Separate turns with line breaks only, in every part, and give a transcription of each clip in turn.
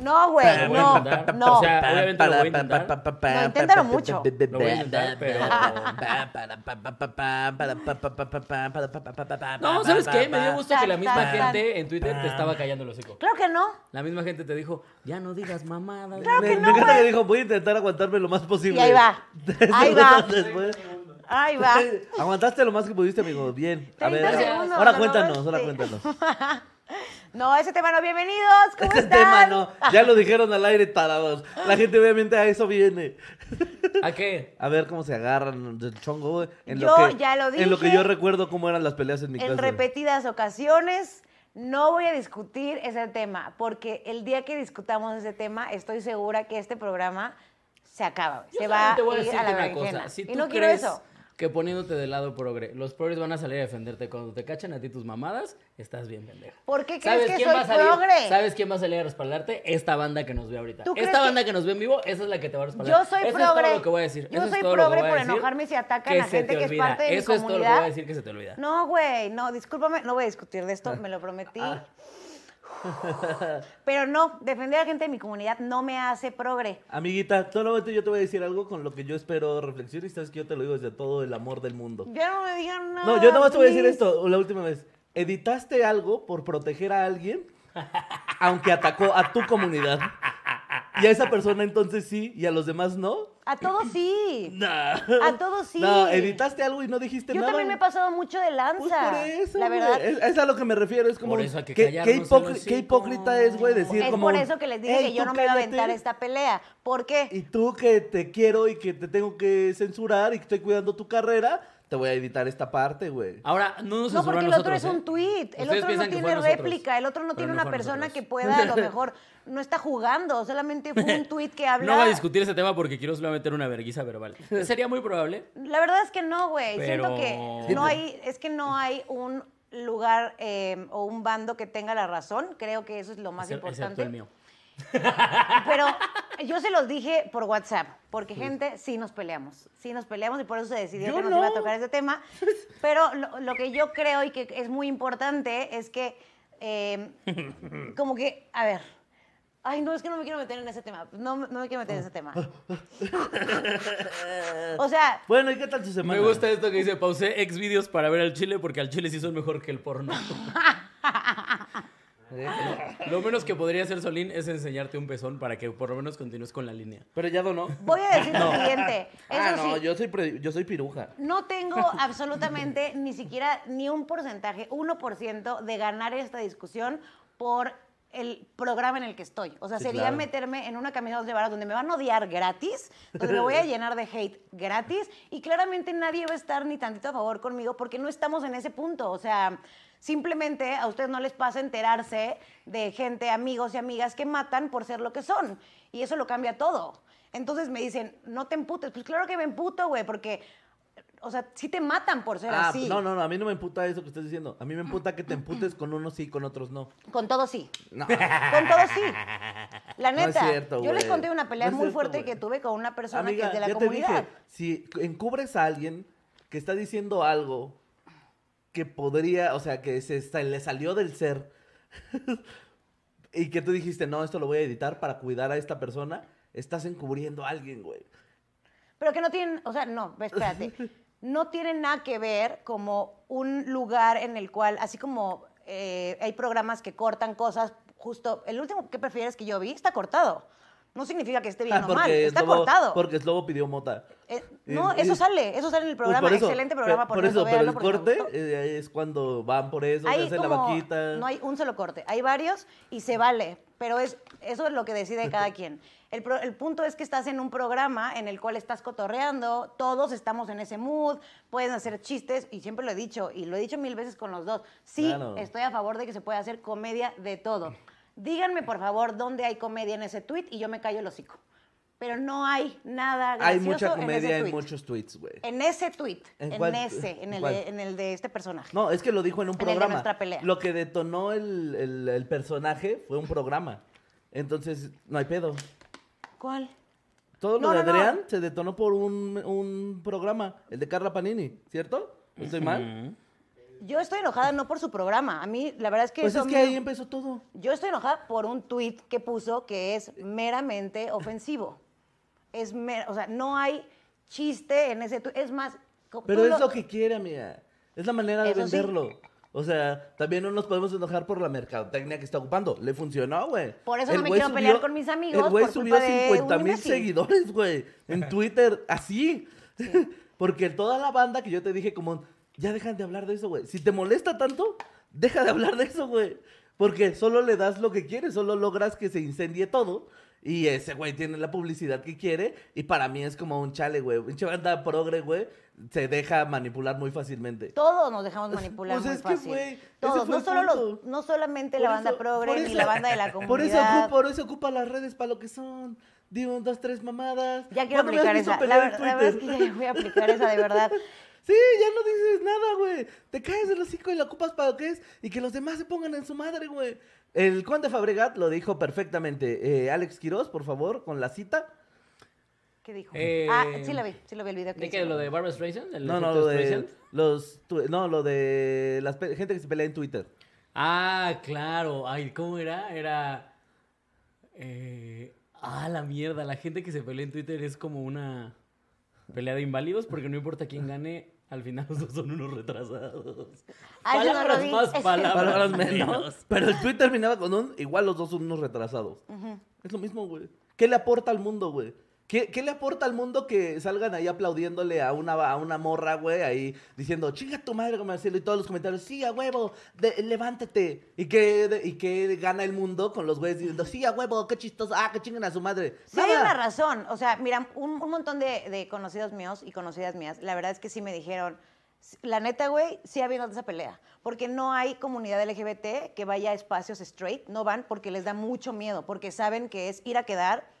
No, güey,
Pero voy a
no,
intentar.
no.
O sea, obviamente lo voy a intentar.
No, inténtalo mucho.
Lo voy a intentar, pero- No, ¿sabes qué? Me dio gusto que la misma
Tan, tan,
gente en Twitter te estaba callando el hocico.
Claro que no.
La misma gente te dijo, ya no digas mamadas.
Claro
güey".
que
Me,
no,
me encanta que
güey.
dijo, voy a intentar aguantarme lo más posible.
Y ahí va.
Tres
Ahí va.
segundos después.
Ahí va.
Aguantaste lo más que pudiste, amigo. Bien. A
30
ver,
segundos,
ahora
no
cuéntanos,
nomás
ahora
te-
cuéntanos.
No, ese tema no. Bienvenidos. ¿Cómo
Este
están?
tema no, ya lo dijeron al aire tarados. La gente obviamente a eso viene.
¿A qué?
A ver cómo se agarran del chongo, güey. En
Yo
lo que,
ya lo
En lo que
dije.
yo recuerdo cómo eran las peleas en mi
En
casa.
repetidas ocasiones no voy a discutir ese tema, porque el día que discutamos ese tema, estoy segura que este programa se acaba. güey.
Yo
se
solamente
va
voy
a
a
ir
decirte
a la
una
berenjena.
cosa. Si
y
tú
no quiero
crees
eso.
que poniéndote del lado progre, los progres van a salir a defenderte. Cuando te cachan a ti tus mamadas, estás bien pendeja.
¿Por qué
¿Sabes
crees que
quién va
soy
a salir?
progre?
¿Sabes quién va a salir a respaldarte? Esta banda que nos ve ahorita.
¿Tú crees
Esta banda
que-
que... nos ve en vivo, esa es la que te va a respaldar.
Yo soy
Eso Es
progre.
todo lo que voy a decir.
Yo
Eso es
soy
todo lo que
progre
voy a
por
decir,
enojarme si atacan
que
a
se
gente
te
que es
olvida.
parte de mi
Eso es todo lo que voy
comunidad.
a decir que se te olvida.
No, güey, no, discúlpame, no voy a discutir de esto, me lo prometí.
Ah.
Pero no, defender a gente de mi comunidad no me hace progre.
Amiguita, solamente yo te voy a decir algo con lo que yo espero reflexiones. Sabes que yo te lo digo desde todo el amor del mundo.
Yo no me digan nada.
No, yo nomás te voy a decir
please.
esto la última vez. Editaste algo por proteger a alguien, aunque atacó a tu comunidad. Y a esa persona entonces sí, y a los demás no.
A todos sí.
Nah.
A todos sí.
No, editaste algo y no dijiste
Yo
nada.
también me he pasado mucho de
Pues
lanza.
por eso,
la
güey.
verdad.
Es, es a lo que me refiero. Es como.
Por eso hay que
¿qué,
callarnos
qué
el
hipocri-
hocico.
qué hipócrita es, güey, decir
es
como.
por eso que les dije
"Ey,
que yo
tú
no me iba a
cállate,
aventar esta pelea. ¿Por qué?
Y tú que te quiero y que te tengo que censurar y que estoy cuidando tu carrera, te voy a editar esta parte, güey.
Ahora, no nos
No, porque
censuró a
el otro
nosotros,
es un
¿eh?
tweet, el
Ustedes
otro
piensan
no
que
tiene
fue a nosotros,
réplica, el otro no
pero
tiene
no
una
fue a
persona que
nosotros.
pueda, a lo mejor, no está jugando, solamente fue un tweet que habla.
No va a discutir ese tema porque quiero solamente una verguiza verbal. Sería muy probable.
La verdad es que no, güey. Siento
Pero-
que no hay, es que no hay un lugar eh, o un bando que tenga la razón. Creo que eso es lo más
excepto
importante.
el mío.
Pero yo se los dije por WhatsApp, porque gente, sí nos peleamos, sí nos peleamos y por eso se decidió
Yo
que nos
no.
iba a tocar ese tema. Pero lo, lo que yo creo y que es muy importante es que, eh, como que, a ver, ay, no, es que no me quiero meter en ese tema, no, me- no me quiero meter en ese tema. O sea,
Bueno, ¿y qué tal tu semana? Eh,
Me gusta esto que dice, pausé ex vídeos para ver al chile porque al chile sí son mejor que el porno.
eh,
lo menos que podría hacer Solín es enseñarte un pezón para que por lo menos continúes con la línea.
Pero ya donó.
voy a decir lo siguiente. Eso
Ah, no,
sí,
yo, soy pre- yo soy piruja.
No tengo absolutamente ni siquiera ni un porcentaje, 1% de ganar esta discusión por el programa en el que estoy. O sea,
Sí,
sería
claro.
meterme en una camisa de once varas donde me van a odiar gratis, donde me voy a llenar de hate gratis y claramente nadie va a estar ni tantito a favor conmigo porque no estamos en ese punto. O sea, simplemente a ustedes no les pasa enterarse de gente, amigos y amigas que matan por ser lo que son y eso lo cambia todo. Entonces me dicen, no te emputes. Pues claro que me emputo, güey, porque o sea, sí te matan por ser
Ah,
así.
no, no, no, a mí no me emputa eso que estás diciendo. A mí me emputa que te emputes con unos sí y con otros no.
Con todo sí.
No.
Con todo sí. La
No es
neta.
cierto,
yo les
güey.
conté una pelea
No es
muy
cierto,
fuerte
güey.
que tuve con una persona
Amiga,
que es de la
ya
comunidad.
te dije, si encubres a alguien que está diciendo algo que podría, o sea, que se, sa- le salió del ser y que tú dijiste, no, esto lo voy a editar para cuidar a esta persona, estás encubriendo a alguien, güey.
Pero que no tienen, o sea, no, ve, espérate. No tiene nada que ver como un lugar en el cual, así como eh, hay programas que cortan cosas, justo el último que prefieres que yo vi está cortado. No significa que esté bien o mal, está
Slobo-
cortado.
Porque Slobo pidió mota.
Eh, no,
Eh,
eso
eh,
sale, eso sale en el
Pues
programa.
por eso,
Excelente
pe-
programa, por,
Por eso, pero
véanlo
el
porque me
corte
gustó.
eh, es cuando van por eso, se
Hay
hacen la
como-
vaquita.
No hay un solo corte, hay varios y se vale, pero es, eso es lo que decide cada quien. El, pro- el punto es que estás en un programa en el cual estás cotorreando, todos estamos en ese mood, pueden hacer chistes y siempre lo he dicho y lo he dicho mil veces con los dos. Sí,
Claro.
estoy a favor de que se pueda hacer comedia de todo. Díganme por favor dónde hay comedia en ese tweet y yo me callo el hocico. Pero no hay nada gracioso
Hay mucha
en ese
comedia en,
tweet.
muchos tweets, güey.
En ese tweet,
¿En
en,
cuál?
ese, en el,
¿Cuál?
de, en el de este personaje.
No, es que lo dijo en un
En el de
programa.
nuestra pelea.
Lo que detonó el, el- el personaje fue un programa. Entonces, no hay pedo.
¿Cuál?
Todo lo
No, no,
de
no.
Adrián se detonó por un, un programa, el de Carla Panini, ¿cierto? ¿Estoy mal?
Yo estoy enojada no por su programa. A mí, la verdad es que
Pues
eso
es
a
que
mí-
ahí empezó todo.
Yo estoy enojada por un tuit que puso que es meramente ofensivo. Es mer- o sea, no hay chiste en ese tuit. Es más, co-
Pero
tú
es lo que quiere, amiga. Es la manera de
Pues Eso sí.
venderlo. O sea, también no nos podemos enojar por la mercadotecnia que está ocupando. Le funcionó, güey.
Por eso
El
no me
güey
quiero pelear con mis amigos
El güey
por
subió
culpa de un
50 mil
imbécil.
seguidores, güey. En Twitter, así. Porque toda la banda que yo te dije, como, ya dejan de hablar de eso, güey. Si te molesta tanto, deja de hablar de eso, güey. Porque solo le das lo que quieres, solo logras que se incendie todo. Y ese güey tiene la publicidad que quiere. Y para mí es como un chale, güey. Pinche banda progre, güey. Se deja manipular muy fácilmente.
Todos nos dejamos manipular
Pues
muy
es que,
fácil.
güey, ese
Todos,
fue
no,
el
solo los-
punto.
no solamente
Por
la banda
eso-
progre
por
ni
eso-
la banda de la comunidad.
Por eso, ocupa, por eso ocupa las redes para lo que son. Dime un, dos, tres mamadas.
Ya quiero
¿Cuándo me has
aplicar
visto
esa. La,
pelear en
ver- la verdad es que
Twitter?
ya voy a aplicar esa de verdad.
Sí, ya no dices nada, güey. Te caes del hocico y la ocupas para lo que es y que los demás se pongan en su madre, güey. El conde Fabregat lo dijo perfectamente. Eh, Alex Quiroz, por favor, con la cita.
¿Qué dijo?
Eh,
ah, sí la vi, sí lo vi el video que
¿De qué?
hizo.
¿Lo de Barbara Streisand? ¿El
No, no,
efecto
lo de,
Streisand?
los, tu- no, lo de la gente que se pelea en Twitter.
Ah, claro. Ay, ¿cómo era? Era. eh, Ah, la mierda. La gente que se pelea en Twitter es como una pelea de inválidos porque no importa quién gane, al final los dos son unos retrasados.
Ah, eso no lo
palabras
vi.
más,
Ese-
palabras,
Palabras menos.
menos.
Pero el tweet terminaba con un. Igual los dos son unos retrasados. Es lo mismo, güey. ¿Qué le aporta al mundo, güey? ¿Qué, qué le aporta al mundo que salgan ahí aplaudiéndole a una, a una morra, güey, ahí diciendo, chinga tu madre, Marcelo, y todos los comentarios, sí, a huevo, de- levántate. ¿Y qué, de- y qué gana el mundo con los güeyes diciendo, sí, a huevo, qué chistoso, ah, que chingan a su madre?
Sí hay
Nada.
una razón. O sea, mira, un, un montón de, de conocidos míos y conocidas mías, la verdad es que sí me dijeron, "S- la neta, güey, sí ha habido esa pelea. Porque no hay comunidad LGBT que vaya a espacios straight, no van porque les da mucho miedo, porque saben que es ir a quedar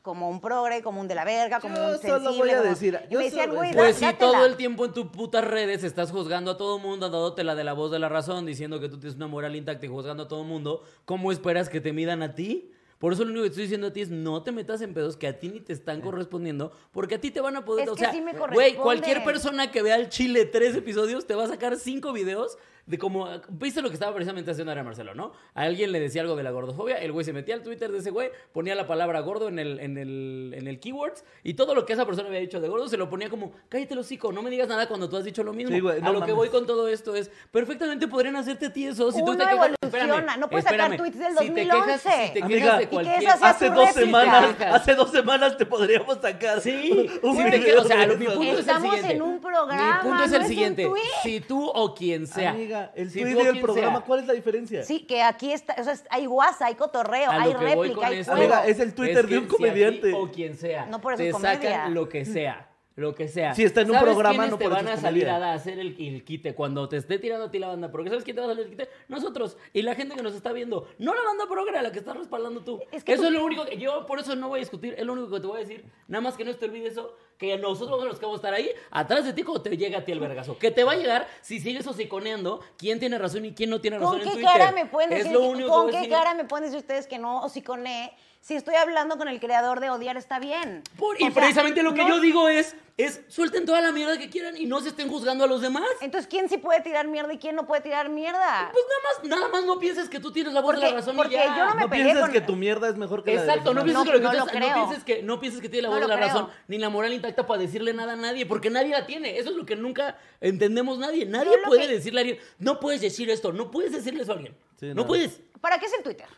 como un progre, como un de la verga, como
Yo
un
solo
sensible.
voy a
como-
decir-
Y
yo
me decían,
solo
güey,
voy a
da-
Pues si
dátela".
todo el tiempo en tus putas redes estás juzgando a todo mundo, dándote la de la voz de la razón, diciendo que tú tienes una moral intacta y juzgando a todo mundo, ¿cómo esperas que te midan a ti? Por eso lo único que estoy diciendo a ti es no te metas en pedos que a ti ni te están correspondiendo, porque a ti te van a poder...
Eh. Es
o
que
sea,
sí me
güey, cualquier
corresponde.
persona que vea el Chile tres episodios te va a sacar cinco videos de como... ¿Viste lo que estaba precisamente haciendo ahora Marcelo, no? A alguien le decía algo de la gordofobia, el güey se metía al Twitter de ese güey, ponía la palabra gordo en el, en el, en el keywords y todo lo que esa persona había dicho de gordo se lo ponía como, cállate el hocico, no me digas nada cuando tú has dicho lo mismo.
Sí, güey, no
a lo que
mames.
voy con todo esto es, perfectamente podrían hacerte a ti eso si
Uno
tú te quejas...
evoluciona, no puedes sacar tweets del
Si te quejas- Si
2011.
te quejas,
Amiga,
de
¿y qué
cualquier...
es hacer
Hace
tu
dos
réplica.
semanas,
Te quejas.
hace dos semanas te podríamos sacar.
Sí, sí,
video
te quiero- o sea,
de
lo- mi
eso.
punto es el
Estamos
siguiente.
en un programa,
Mi punto es
no
el
es un
siguiente.
tuit.
Si tú o quien sea.
Amiga, el
si
tweet
tú o
y el
quien
programa,
sea.
¿cuál es la diferencia?
Sí, que aquí está, o sea, es- hay guasa, hay cotorreo,
A lo
hay
que voy con
réplica, hay
esto
juego.
Amiga, es el Twitter
que
de un
si a ti
comediante.
o quien sea.
No, por eso
te
es comedia.
sacan lo que sea. Lo que sea.
Si está en un
¿Sabes
programa,
quiénes
no
te
por eso
van a
es
salir
comedia?
a hacer el, el quite cuando te esté tirando a ti la banda. Porque ¿sabes quién te va a salir el quite? Nosotros y la gente que nos está viendo. No la banda progre a la que estás respaldando tú.
Es que
eso
tú-
es lo único que yo por eso no voy a discutir. Es lo único que te voy a decir. Nada más que no te olvides eso. Que nosotros vamos a los que vamos a estar ahí atrás de ti cuando te llega a ti el vergazo. Que te va a llegar si sigues hociconeando quién tiene razón y quién no tiene razón
¿Con
en
qué
Twitter.
cara me pueden
Es
decir?
lo
que-
único que
¿Con
voy a
qué
decir.
cara me pueden decir ustedes que no hociconé? Si estoy hablando con el creador de odiar está bien.
Por-
O
y
sea,
precisamente lo que
no-
yo digo es, es suelten toda la mierda que quieran y no se estén juzgando a los demás.
Entonces, ¿quién sí puede tirar mierda y quién no puede tirar mierda?
Pues nada más, nada más no pienses que tú tienes la voz de
Porque-
la razón y
porque
ya.
yo no me
No
pegué
pienses
con-
que tu mierda es mejor que la de
Exacto,
los
no
demás.
pienses, que,
No,
lo que
no
tú
lo
estás- no
creo.
pienses que no pienses que tiene la
No
voz
lo
de la
creo.
razón ni la moral intacta para decirle nada a nadie, porque nadie la tiene. Eso es lo que nunca entendemos nadie. Nadie
lo
puede
que-
decirle a alguien, no puedes decir esto, no puedes decirle eso a alguien.
Sí,
no,
no.
puedes.
¿Para qué es el Twitter?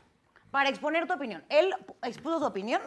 Para exponer tu opinión. Él expuso su opinión,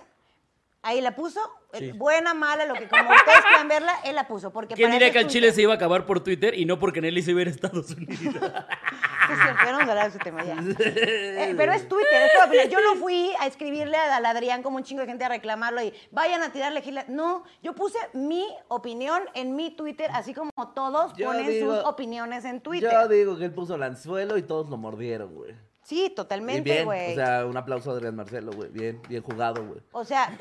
ahí la puso, eh, buena, mala, lo que como ustedes quieran verla, él la puso. Porque
¿Quién
para
diría
eso
que
es
al Chile se
Twitter.
iba a acabar por Twitter y no porque Nelly se iba a ir a Estados Unidos?
Sí, es cierto, ya no vamos a hablar de ese tema ya. Eh, pero es Twitter, es tu opinión. Yo no fui a escribirle a- al Adrián como un chingo de gente a reclamarlo y vayan a tirarle gila. No, yo puse mi opinión en mi Twitter, así como todos
Yo
ponen
digo-
sus opiniones en Twitter.
Yo digo que él puso el anzuelo y todos lo mordieron, güey.
Sí,
Y
totalmente,
bien,
güey.
o sea, un aplauso a Adrián Marcelo, güey. Bien, bien jugado, güey.
o sea,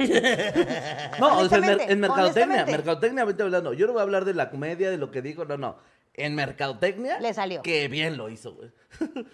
No, o sea, en, mer-
Honestamente,
en mercadotecnia,
honestamente.
mercadotecnia, vete hablando. Yo no voy a hablar de la comedia, de lo que dijo, no, no. En mercadotecnia.
Le salió.
Qué bien lo hizo, güey.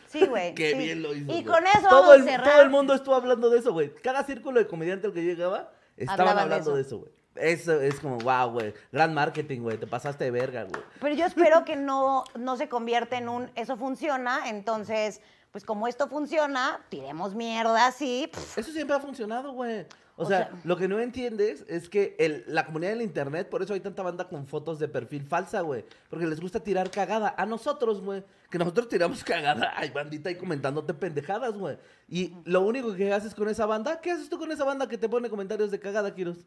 sí, güey.
Qué
sí.
bien lo hizo.
Y
güey.
con eso
todo
vamos
el,
a cerrar.
Todo el mundo estuvo hablando de eso, güey. Cada círculo de comediante al que yo llegaba, estaban
Hablaban de
hablando
eso.
de eso, güey. Eso es como, wow, güey. Gran marketing, güey. Te pasaste de verga, güey.
Pero yo espero que no, no se convierta en un eso funciona, entonces, pues como esto funciona, tiremos mierda, sí. pff,
Eso siempre ha funcionado, güey. O,
O
sea,
sea-
lo que no entiendes es que el- la comunidad del internet, por eso hay tanta banda con fotos de perfil falsa, güey. Porque les gusta tirar cagada. A nosotros, güey. Que nosotros tiramos cagada. Hay bandita ahí comentándote pendejadas, güey. Y lo único que haces con esa banda, ¿qué haces tú con esa banda que te pone comentarios de cagada, Kiros?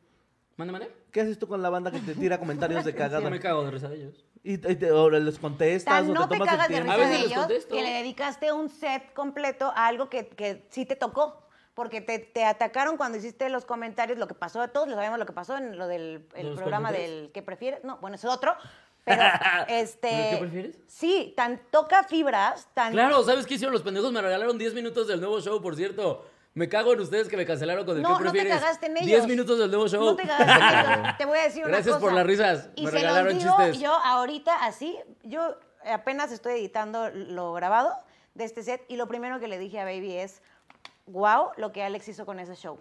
Mande, mande.
¿Qué haces tú con la banda que te tira comentarios de
Yo
cagada?
me cago de risa de ellos.
Y, y te, o les contestas
tan
o
no
te
te
tomas el
cagas de
tiempo.
A
risa
veces
de
les
ellos
contesto.
que le dedicaste un set completo a algo que, que sí te tocó. Porque te, te atacaron cuando hiciste los comentarios, lo que pasó de todos, les sabemos lo que pasó en lo del el
¿De los
programa
43?
del que prefieres. No, bueno, es otro. Pero, este.
¿De qué prefieres?
Sí, tan toca fibras, tan.
Claro, ¿sabes qué hicieron los pendejos? Me regalaron 10 minutos del nuevo show, por cierto. Me cago en ustedes que me cancelaron con el
No,
que
no te
prefieres.
cagaste en ellos.
10 minutos del nuevo show.
No te cagaste en ellos. Te voy a decir una
Gracias
cosa.
por las risas.
Y
Me
se
regalaron
los digo
chistes.
yo ahorita así, yo apenas estoy editando lo grabado de este set y lo primero que le dije a Baby es, wow, lo que Alex hizo con ese show.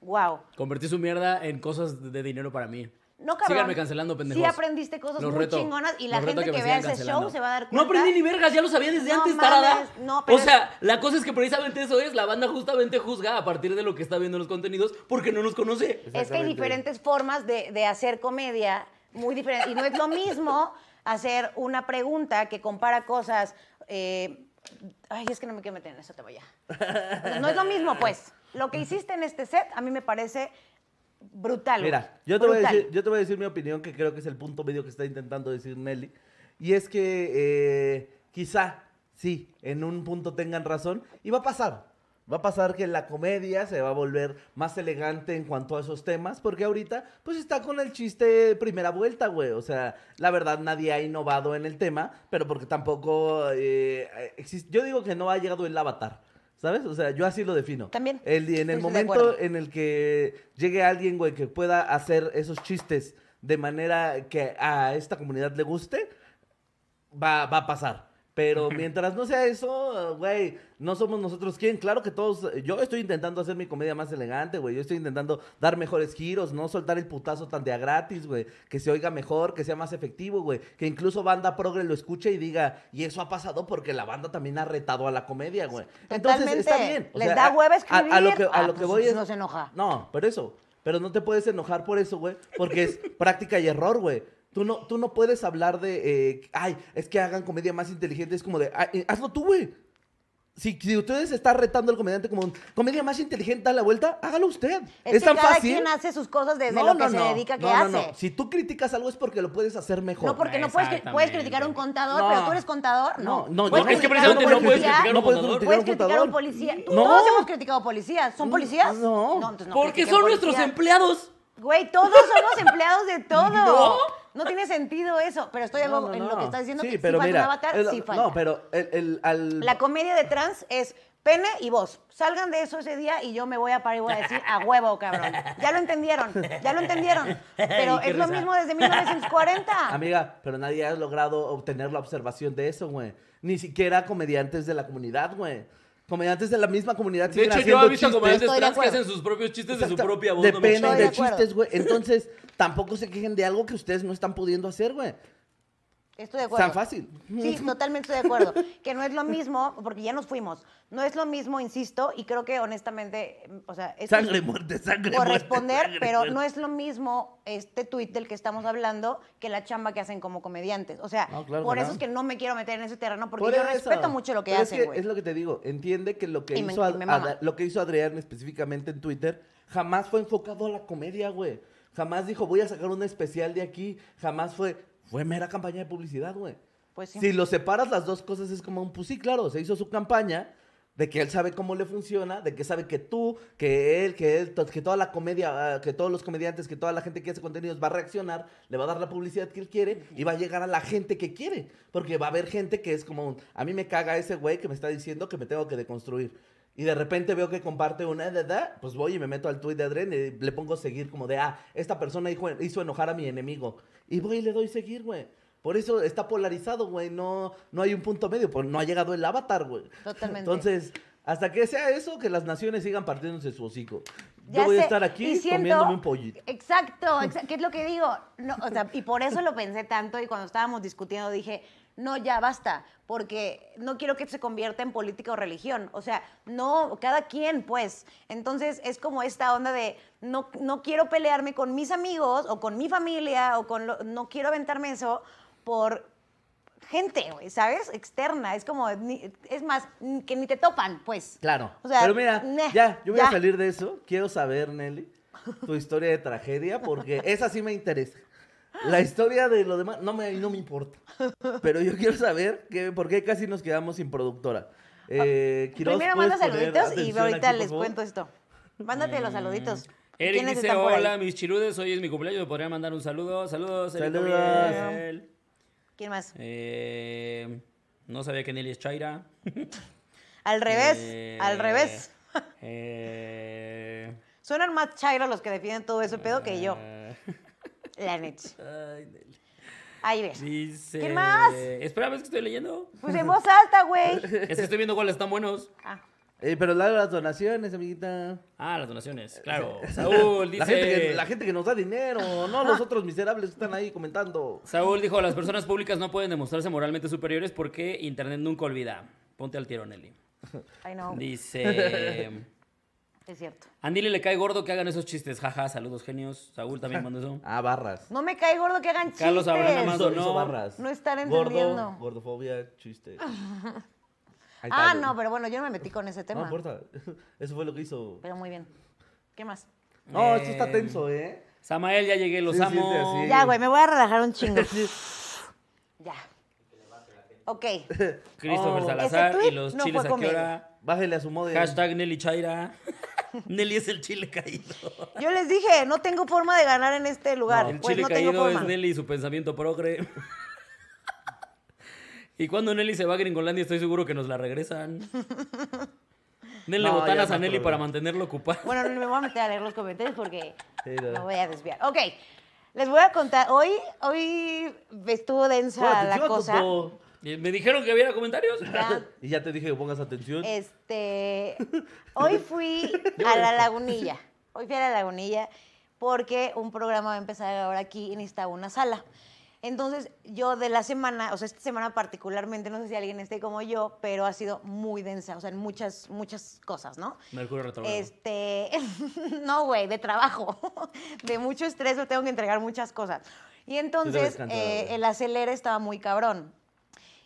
Wow.
Convertí su mierda en cosas de dinero para mí.
No, cabrón.
Síganme cancelando, pendejos.
Sí aprendiste cosas
Los
muy
reto.
chingonas y la
Los reto
gente que,
me
vea
sigan
ese
cancelando.
show se va a dar
No
cuenta.
aprendí ni vergas, ya lo sabía desde
No
antes,
mames,
tarada.
no, pero
o sea, la cosa es que precisa- precisamente eso es, la banda justamente juzga a partir de lo que está viendo en los contenidos porque no nos conoce.
Es que hay
Exactamente.
diferentes formas de, de hacer comedia, muy diferentes. Y no es lo mismo hacer una pregunta que compara cosas. eh, ay, es que no me quiero meter en eso, te voy a. No es lo mismo, pues. Lo que hiciste en este set a mí me parece brutal. güey.
Mira, yo te, voy a
Brutal.
decir, yo te voy a decir mi opinión, que creo que es el punto medio que está intentando decir Nelly. Y es que eh, quizá, sí, en un punto tengan razón. Y va a pasar. Va a pasar que la comedia se va a volver más elegante en cuanto a esos temas, porque ahorita pues está con el chiste de primera vuelta, güey. O sea, la verdad nadie ha innovado en el tema, pero porque tampoco eh, existe... Yo digo que no ha llegado el avatar, ¿sabes? O sea, yo así lo defino.
También.
El, en
Estoy
el
de
momento
acuerdo.
en el que llegue alguien, güey, que pueda hacer esos chistes de manera que a esta comunidad le guste, va, va a pasar. Pero mientras no sea eso, güey, no somos nosotros quién. Claro que todos. Yo estoy intentando hacer mi comedia más elegante, güey. Yo estoy intentando dar mejores giros, no soltar el putazo tan de a gratis, güey. Que se oiga mejor, que sea más efectivo, güey. Que incluso banda progre lo escuche y diga, y eso ha pasado porque la banda también ha retado a la comedia, güey. Entonces
Totalmente.
está bien.
Les da hueva
A, a lo que, a
escribir.
lo
Ah,
que
pues,
voy es.
no se enoja.
No, pero eso. Pero no te puedes enojar por eso, güey. Porque es práctica y error, güey. Tú no, tú no puedes hablar de, eh, ay, es que hagan comedia más inteligente. Es como de, "Ay, eh, hazlo tú, güey. Si, si ustedes están retando al comediante como, comedia más inteligente, da la vuelta, hágalo usted.
Es,
Es,
que
tan
cada
fácil.
quien hace sus cosas desde lo que se dedica que
no,
hace.
no, no. Si tú criticas algo es porque lo puedes hacer mejor.
No, porque no puedes, cri- puedes
Exactamente.
criticar a un contador,
No.
pero tú eres contador, no.
No,
Bueno,
no, yo
Pues es que
yo
precisamente
puedo
no puedes
criticar-
criticar a un
no puedes
contador.
criticar a
Puedes
un
criticar a un
contador.
policía. Tú-
No. Mm,
Todos hemos criticado policías. ¿Son policías?
no.
entonces no
porque
critiquen
son nuestros
policías.
empleados.
Güey, todos somos empleados de todo.
No.
No. tiene sentido eso. Pero estoy de
No,
acuerdo
no,
en
no.
lo que estás diciendo
Sí,
que si
pero
falta
mira,
un avatar,
el-
sí falta.
No, pero el, el- al...
La comedia de trans es pene y voz. Salgan de eso ese día y yo me voy a parar y voy a decir a huevo, cabrón. Ya lo entendieron, ya lo entendieron. Pero
Y qué
es lo
risa.
mismo desde 1940.
Amiga, pero nadie ha logrado obtener la observación de eso, güey. Ni siquiera comediantes de la comunidad, güey. Comediantes de la misma comunidad
De
siguen
hecho, yo
haciendo
he visto comediantes
chistes.
Estoy de
trans que
acuerdo.
hacen sus propios chistes de su
Exacto.
propia voz.
De
no me
pena y
chingues.
Estoy
de
de acuerdo.
chistes, güey. Entonces, tampoco se quejen de algo que ustedes no están pudiendo hacer, güey.
Estoy de acuerdo.
Tan fácil.
Sí, totalmente estoy de acuerdo. Que no es lo mismo, porque ya nos fuimos. No es lo mismo, insisto, y creo que honestamente, o sea, es
Sangre, muerte, sangre,
por
muerte,
responder,
sangre,
pero
muerte.
no es lo mismo este tuit del que estamos hablando que la chamba que hacen como comediantes. O sea,
No, claro
por
que
eso
no.
es que no me quiero meter en ese terreno, porque
Por
yo
eso.
respeto mucho lo que
Pero es
hacen, güey.
Es lo que te digo, entiende que lo que,
Y me-
hizo, Ad-
y me mama.
Ada- lo que hizo Adrián específicamente en Twitter jamás fue enfocado a la comedia, güey. Jamás dijo, voy a sacar un especial de aquí. Jamás fue, fue mera campaña de publicidad, güey.
Pues sí.
Si lo separas las dos cosas es como un, pues sí, claro, se hizo su campaña, de que él sabe cómo le funciona, de que sabe que tú, que él, que él, to- que toda la comedia, ah, que todos los comediantes, que toda la gente que hace contenidos va a reaccionar, le va a dar la publicidad que él quiere y va a llegar a la gente que quiere, porque va a haber gente que es como, un, a mí me caga ese güey que me está diciendo que me tengo que deconstruir. Y de repente veo que comparte una de da, pues voy y me meto al tweet de Adren y le pongo seguir como de, ah, esta persona hijo- hizo enojar a mi enemigo. Y voy y le doy seguir, güey. Por eso está polarizado, güey. No, no hay un punto medio, pues no ha llegado el avatar, güey.
Totalmente.
Entonces, hasta que sea eso, que las naciones sigan partiéndose su hocico.
Ya
Yo voy
sé,
a estar
y
aquí
siento-
comiéndome un pollito.
Exacto, exa- ¿qué es lo que digo? No, o sea, y por eso lo pensé tanto y cuando estábamos discutiendo dije, no, ya basta, porque no quiero que se convierta en política o religión. O sea, no, cada quien, pues. Entonces es como esta onda de, no, no quiero pelearme con mis amigos o con mi familia o con, lo- no quiero aventarme eso por gente, güey, ¿sabes? Externa. Es como, ni- es más, ni- que ni te topan, pues.
Claro.
O sea,
Pero mira,
meh,
ya, yo voy
ya.
a salir de eso. Quiero saber, Nelly, tu historia de tragedia, porque esa sí me interesa. La historia de lo demás no me, no me importa. Pero yo quiero saber que, por qué casi nos quedamos sin productora. Eh, Quiroz,
Primero
¿puedes
manda
poner
saluditos y
atención
ahorita
aquí, por
les
favor? Mm.
cuento esto. Mándate los saluditos.
Eric
¿Quiénes
dice,
están por ahí?
hola mis chirudes, hoy es mi cumpleaños, me podrían mandar un saludo. Saludos, Eric
Saludos.
Gabriel.
¿Quién más?
Eh, no sabía que Nelly es Chaira.
Al revés,
Eh,
al revés.
eh,
Suenan más chairos los que defienden todo ese pedo que yo,
eh,
la neta.
ay, Nelly.
Ahí ves.
Dice...
¿Qué más?
Espera, ¿ves que estoy leyendo?
Pues en voz alta, güey.
Es que estoy viendo cuáles están buenos.
Ah,
Eh, pero la de las donaciones, amiguita.
Ah, las donaciones, claro. Saúl dice...
La, gente que, la gente que nos da dinero, no los otros miserables que están ahí comentando.
Saúl dijo, las personas públicas no pueden demostrarse moralmente superiores porque Internet nunca olvida. Ponte al tiro, Nelly.
ay no,
Dice...
es cierto.
A Nelly le cae gordo que hagan esos chistes. Jaja, saludos genios. Saúl también mandó eso.
Ah, barras.
No me cae gordo que hagan
Carlos Abraham
chistes.
más
Hizo-
donó.
hizo barras.
No están entendiendo.
Gordo, gordofobia, chiste. Ahí
Ah,
está, güey.
no, pero bueno, yo no me metí con ese
No
tema.
importa. Eso fue lo que hizo.
Pero muy bien. ¿Qué más?
No, esto
Eh,
está tenso, ¿eh?
Samael, ya llegué, los
Sí, sí,
amo.
sí, sí.
Ya, güey, me voy a relajar un chingo. Ya. Ok.
Christopher
Oh.
Salazar
Ese tweet
y los
no
chiles
fue
a qué
comedia.
hora.
Bájale a su modo.
Hashtag Nelly Chaira. Nelly es el chile caído.
Yo les dije, no tengo forma de ganar en este lugar.
el
pues
chile
no tengo
caído es
forma.
Nelly y su pensamiento progre. y cuando Nelly se va a Gringolandia, estoy seguro que nos la regresan. Denle
No, ya
botanas
no
a
hay
Nelly
problema.
para mantenerlo ocupado.
Bueno, no me voy a meter a leer los comentarios porque
Sí, no.
me voy a desviar. Ok, les voy a contar. Hoy, hoy estuvo densa la cosa.
Y Me dijeron que hubiera comentarios.
Ya,
Y ya te dije que pongas atención.
Este, hoy fui a la lagunilla. Hoy fui a la lagunilla porque un programa va a empezar ahora aquí y necesitaba una sala. Entonces, yo de la semana, o sea, esta semana particularmente, no sé si alguien esté como yo, pero ha sido muy densa, o sea, en muchas, muchas cosas, ¿no?
Mercurio retrogrado.
Este, no, güey, de trabajo, de mucho estrés, yo tengo que entregar muchas cosas. Y entonces
descansar,
eh,
güey.
el acelere estaba muy cabrón.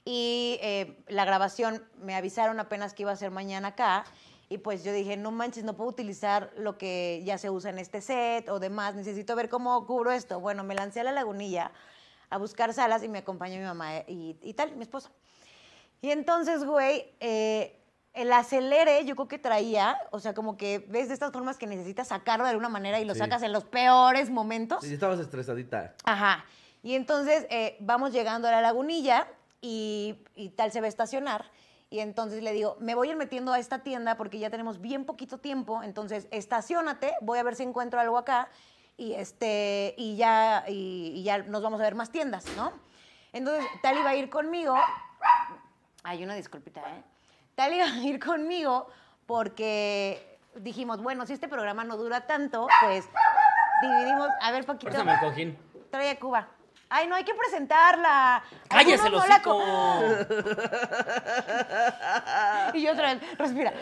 Y eh, la grabación me avisaron apenas que iba a ser mañana acá. Y pues yo dije, no manches, no puedo utilizar lo que ya se usa en este set o demás. Necesito ver cómo cubro esto. Bueno, me lancé a la lagunilla a buscar salas y me acompañó mi mamá eh, y, y tal, mi esposa. Y entonces, güey, eh, el acelere yo creo que traía, o sea, como que ves de estas formas que necesitas sacarlo de alguna manera y lo
Sí.
sacas en los peores momentos.
Sí, estabas estresadita.
Ajá. Y entonces eh, vamos llegando a la lagunilla y, y tal se va a estacionar. Y entonces le digo, me voy a ir metiendo a esta tienda porque ya tenemos bien poquito tiempo. Entonces, estacionate, voy a ver si encuentro algo acá. Y, este, y, ya, y, y ya nos vamos a ver más tiendas, ¿no? Entonces, tal iba a ir conmigo. Hay una disculpita, ¿eh? Tal iba a ir conmigo porque dijimos, bueno, si este programa no dura tanto, pues dividimos. A ver, Paquito.
Préstame el cojín.
Trae a Cuba. Ay, no hay que presentarla.
¡Cállese el
Algunos no la
hocico!
co- Y yo otra vez, respira.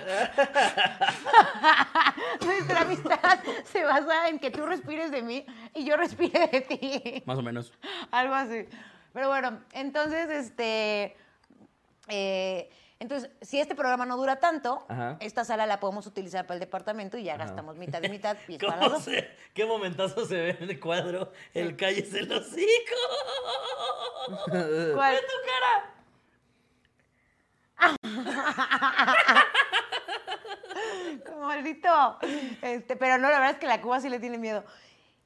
Nuestra amistad se basa en que tú respires de mí y yo respire de ti.
Más o menos.
Algo así. Pero bueno, entonces, este. eh, entonces, si este programa no dura tanto,
Ajá.
esta sala la podemos utilizar para el departamento y ya
Ajá.
gastamos mitad y mitad. Y es para las
¿Cómo
dos.
se, ¿Qué momentazo se ve en el cuadro? El calle se los hocico.
¿Cuál?
¡Ve tu cara!
maldito. Este, pero no, la verdad es que la Cuba sí le tiene miedo.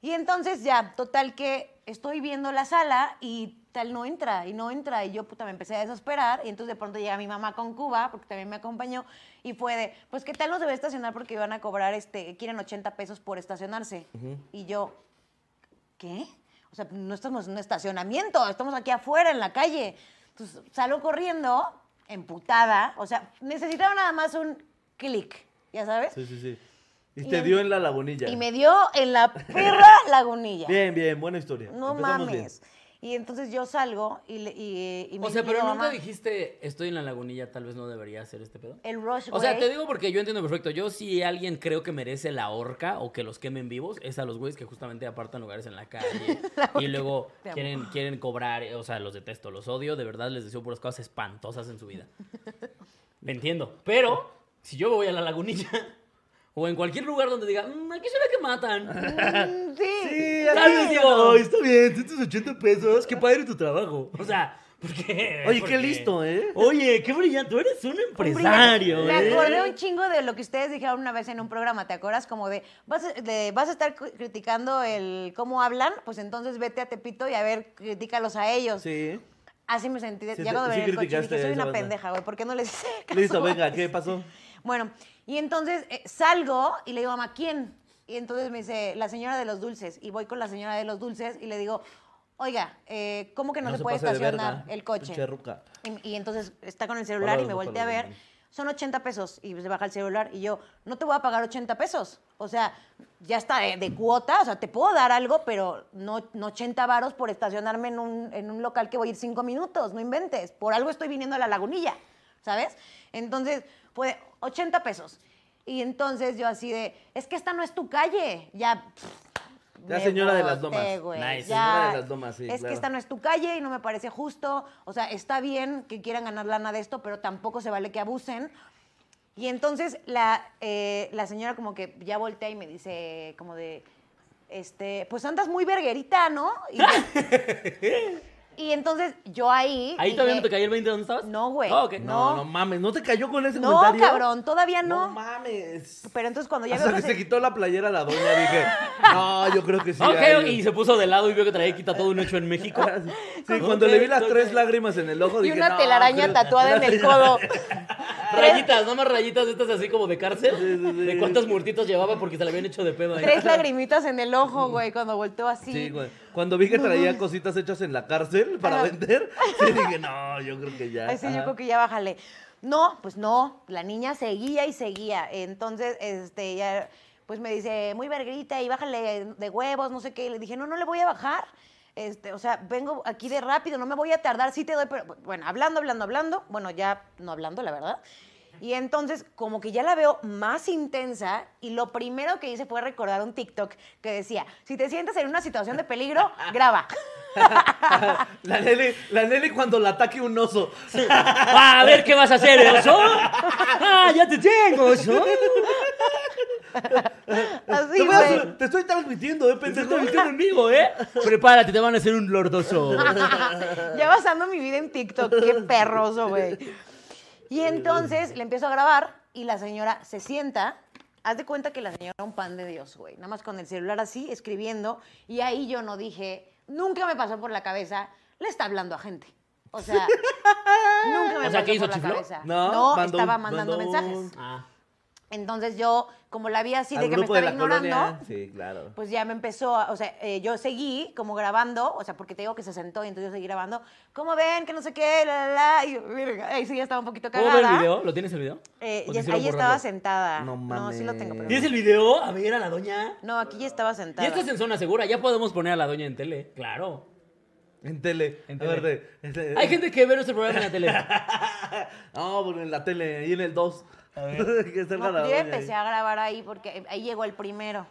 Y entonces ya, total que estoy viendo la sala y tal no entra, y no entra, y yo puta me empecé a desesperar, y entonces de pronto llega mi mamá con Cuba, porque también me acompañó, y fue de, pues qué tal nos debe estacionar porque iban a cobrar, este, quieren 80 pesos por estacionarse. Y yo, ¿qué? O sea, no estamos en un estacionamiento, estamos aquí afuera en la calle. Entonces salgo corriendo, emputada, o sea, necesitaba nada más un clic, ya sabes.
Sí, sí, sí. Y,
Y
te
en-
dio en la lagunilla.
Y me dio en la perra lagunilla.
Bien, bien, buena historia.
No
Empezamos bien.
mames. Y entonces yo salgo y, le- y, y me
O sea,
dice
pero
mi
nunca
mamá,
dijiste, estoy en la lagunilla, tal vez no debería hacer este pedo.
El rush,
O sea,
güey.
te digo porque yo entiendo perfecto. Yo si alguien creo que merece la horca o que los quemen vivos, es a los güeyes que justamente apartan lugares en la calle y luego
Te amo.
quieren, quieren cobrar, eh, o sea, los detesto, los odio, de verdad les deseo puras cosas espantosas en su vida. Me entiendo. Pero si yo me voy a la lagunilla o en cualquier lugar donde diga, "Mm, aquí será que matan.
Mm, sí.
Sí,
Tal vez
sí,
digo-
ay, está bien, 180 pesos. Qué padre tu trabajo.
O sea, porque...
Oye, qué listo, ¿eh?
Oh.
Oye, qué brillante, tú eres un
Hombre,
empresario.
Me
¿eh?
acordé un chingo de lo que ustedes dijeron una vez en un programa, ¿te acuerdas? Como de vas, a- de, vas a estar cu- criticando el cómo hablan, pues entonces vete a Tepito y a ver, critícalos a ellos.
Sí.
Así me sentí.
Sí,
ya cuando
sí
venía en el coche
criticaste a
dije, soy
esa
una
banda.
pendeja, güey, ¿por qué no les hice caso
Listo, venga,
antes?"
¿qué pasó?
Bueno, y entonces eh, salgo y le digo, mamá, ¿quién? Y entonces me dice, la señora de los dulces. Y voy con la señora de los dulces y le digo, oiga, eh, ¿cómo que no, se, puede
pase de
estacionar
verga,
el coche?
pinche ruca.
Y, y entonces está con el celular
Hola,
y me
Eduardo
voltea a ver.
Palomino.
Son 80 pesos y se baja el celular y yo, no te voy a pagar 80 pesos. O sea, ya está de, de cuota, o sea, te puedo dar algo, pero no, no 80 varos por estacionarme en un, en un local que voy a ir 5 minutos, no inventes. Por algo estoy viniendo a la lagunilla, ¿sabes? Entonces, fue 80 pesos. Y entonces yo así de, es que esta no es tu calle. Ya, pff,
Ya
me
señora de las
boté,
lomas.
güey,
Nice.
Señora de las lomas, sí,
Es
claro.
que esta no es tu calle y no me parece justo. O sea, está bien que quieran ganar lana de esto, pero tampoco se vale que abusen. Y entonces la, eh, la señora como que ya voltea y me dice como de, este, pues andas muy verguerita, ¿no? Y, y entonces yo ahí...
Ahí
dije,
todavía no te cayó el 20 de dónde estabas.
No, güey.
Ah, ok.
No, no,
No.
mames, ¿no te cayó con ese
No,
comentario?
cabrón, todavía no.
No mames.
Pero entonces cuando ya
Hasta
veo
que
que
se
se-
quitó la playera la doña, dije, no, yo creo que sí.
Ah, ok,
hay-
ok, y se puso de lado y vio que traía quita todo un hecho en México.
Sí, cuando le vi las tres lágrimas en el ojo,
Y
dije,
una
"No,
telaraña
creo-
tatuada en el codo.
Rayitas, nada más rayitas estas así como de cárcel.
Sí, sí, sí.
De cuántas murtitas llevaba porque se le habían hecho de pedo ahí.
Tres lagrimitas en el ojo, güey, cuando volteó así.
Sí, güey. Cuando vi que traía cositas hechas en la cárcel para
Ajá.
vender, sí dije, no, yo creo que ya.
Ay, sí, yo
Ajá.
creo que ya bájale. No, pues no, la niña seguía y seguía. Entonces, este, ya, pues me dice, muy vergrita y bájale de huevos, no sé qué. Y le dije, no, no le voy a bajar. Este, o sea, vengo aquí de rápido, no me voy a tardar, sí te doy, pero bueno, hablando, hablando, hablando, bueno, ya no hablando, la verdad. Y entonces, como que ya la veo más intensa, y lo primero que hice fue recordar un TikTok que decía: si te sientes en una situación de peligro, graba.
La Nelly, la Nelly cuando la ataque un oso.
Ah, a ver qué vas a hacer, oso. Ah, ya te tengo, oso.
Así,
te, voy a-
güey.
te estoy transmitiendo, eh,
Te
pendejo.
estoy metiendo en vivo, ¿eh? Prepárate, te van a hacer un lordoso.
ya basando mi vida en TikTok, qué perroso, güey. Y entonces le empiezo a grabar y la señora se sienta. Haz de cuenta que la señora era un pan de Dios, güey. Nada más con el celular así, escribiendo. Y ahí yo no dije, nunca me pasó por la cabeza, le está hablando a gente. O sea, nunca me
O sea,
pasó
¿qué hizo,
por la
chifló?
cabeza.
No,
No,
mandó un-
estaba mandando
mandó un-
mensajes.
Ah.
Entonces yo, como la vi así
Al
de que me
grupo de
estaba
la
ignorando,
colonia. Sí, claro.
pues ya me empezó, a- o sea, eh, yo seguí como grabando, o sea, porque te digo que se sentó y entonces yo seguí grabando. ¿Cómo ven? Que no sé qué, la, la, la. Y yo, verga, ahí sí ya estaba un poquito
¿Puedo
cagada.
ver el video? Pues ¿Lo tienes el video?
Eh,
¿O
ya-
te hicieron
ahí estaba
borrarlo?
sentada.
No
No, sí lo tengo.
mames.
pero-
¿Tienes el video? A ver, a la doña.
No, aquí ya estaba
Y
sentada.
esto es en zona segura, ya podemos poner a la doña en tele, claro.
En tele.
En
En
tele.
este-
Hay gente que ve nuestro programa en la tele.
No, bueno, en la tele, ahí en el 2. que
No, pues,
salga la
yo ya
doña
empecé
ahí.
a grabar ahí porque eh, ahí llegó el primero.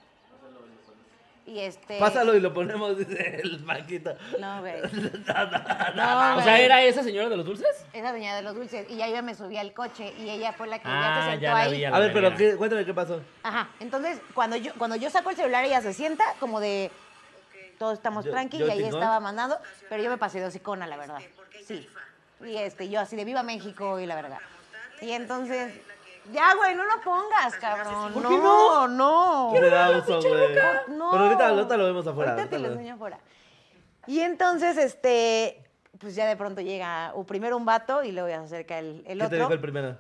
Y este...
Pásalo y lo ponemos, dice el Paquito.
No, güey.
o sea, ¿era esa señora de los dulces?
Esa doña de los dulces. Y ya yo me subí al coche y ella fue la que
Ah,
ya se sentó
ya la
ahí.
vi, ya la
A ver, pero
verga.
¿qué? cuéntame qué pasó.
Ajá, entonces cuando yo, cuando yo saco el celular ella se sienta como de todos estamos
Yo-
tranqui
yo
y ahí
chingón.
estaba mandando, pero yo me pasé de hocicona, la verdad. Sí. Y este, yo así de viva México y la verdad. Y entonces Ya, güey, no lo pongas, cabrón.
¿Por
no,
qué
no,
Me da oso, güey.
No.
Pero ahorita, ahorita lo vemos afuera.
Ahorita te
ahorita
lo
lo-
enseño afuera. Y entonces, este, pues ya de pronto llega o primero un vato y luego ya se acerca el, el
¿Qué te
otro.
dijo el primero?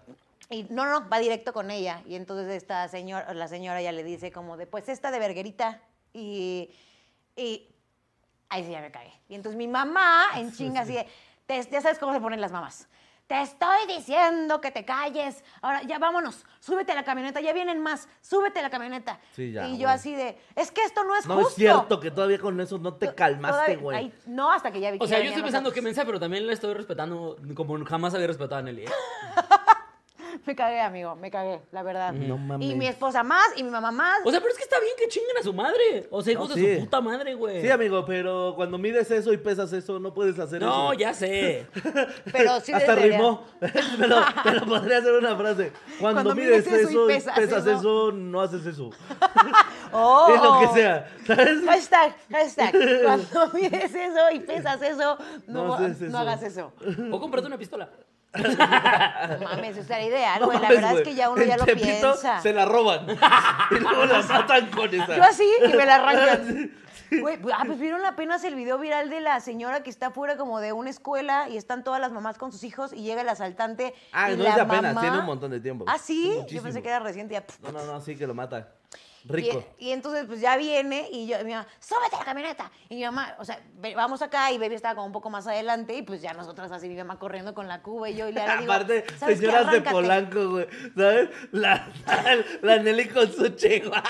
Y no, no, va directo con ella. Y entonces esta señora, la señora ya le dice como de, pues esta de verguerita. Y, y ahí sí ya me cagué. Y entonces mi mamá en chinga así de, "Te- ya sabes cómo se ponen las mamás. Te estoy diciendo que te calles. Ahora, ya vámonos. Súbete a la camioneta. Ya vienen más. Súbete a la camioneta.
Sí, ya,
y yo
güey.
así de, es que esto no es
No
justo.
es cierto que todavía con eso no te calmaste,
Todavía-
güey.
ahí- No, hasta que ya vi
O
que
sea,
ya
yo estoy
venían
pensando
los
qué
otros.
mensaje, pero también la estoy respetando como jamás había respetado a Nelly. ¿eh?
Me cagué, amigo. Me cagué, la verdad.
No
Y
mames.
mi esposa más y mi mamá más.
O sea, pero es que está bien que chinguen a su madre. O sea, hijos
No,
de
sí.
su puta madre, güey.
Sí, amigo, pero cuando mides eso y pesas eso, no puedes hacer eso.
No, ya sé.
pero sí
Hasta
debería-
rimó. pero, pero podría ser una frase. Cuando, mides, eso y pesas, eso, no haces eso.
Oh,
Es lo que sea. ¿Sabes?
Hashtag, hashtag. Cuando mides eso y pesas eso, no,
No haces
no
eso.
hagas eso.
O comprate una pistola.
No mames, esa era ideal,
No
güey. La
mames,
verdad
güey.
es que ya uno
En
ya lo
Tepito
piensa.
Se la roban. y luego la matan con esa.
Yo así y me la arrancan.
Sí.
Güey, pues, ah, pues vieron apenas el video viral de la señora que está fuera como de una escuela y están todas las mamás con sus hijos y llega el asaltante.
Ah,
y
no
la
es de apenas,
mamá-
tiene un montón de tiempo.
Ah, sí. Yo
Muchísimo.
pensé que era reciente. Ya,
No, no, no, sí que lo mata.
Y-
Rico.
Y, entonces, pues ya viene y yo, mi mamá, súbete a la camioneta. Y mi mamá, o sea, ve- vamos acá y Baby estaba como un poco más adelante y pues ya nosotras así, mi mamá corriendo con la cuba y yo y le digo,
Aparte,
"¿Sabes qué?
señoras de
Arráncate".
Polanco, güey. ¿Sabes? La, la Nelly con su chihuahua.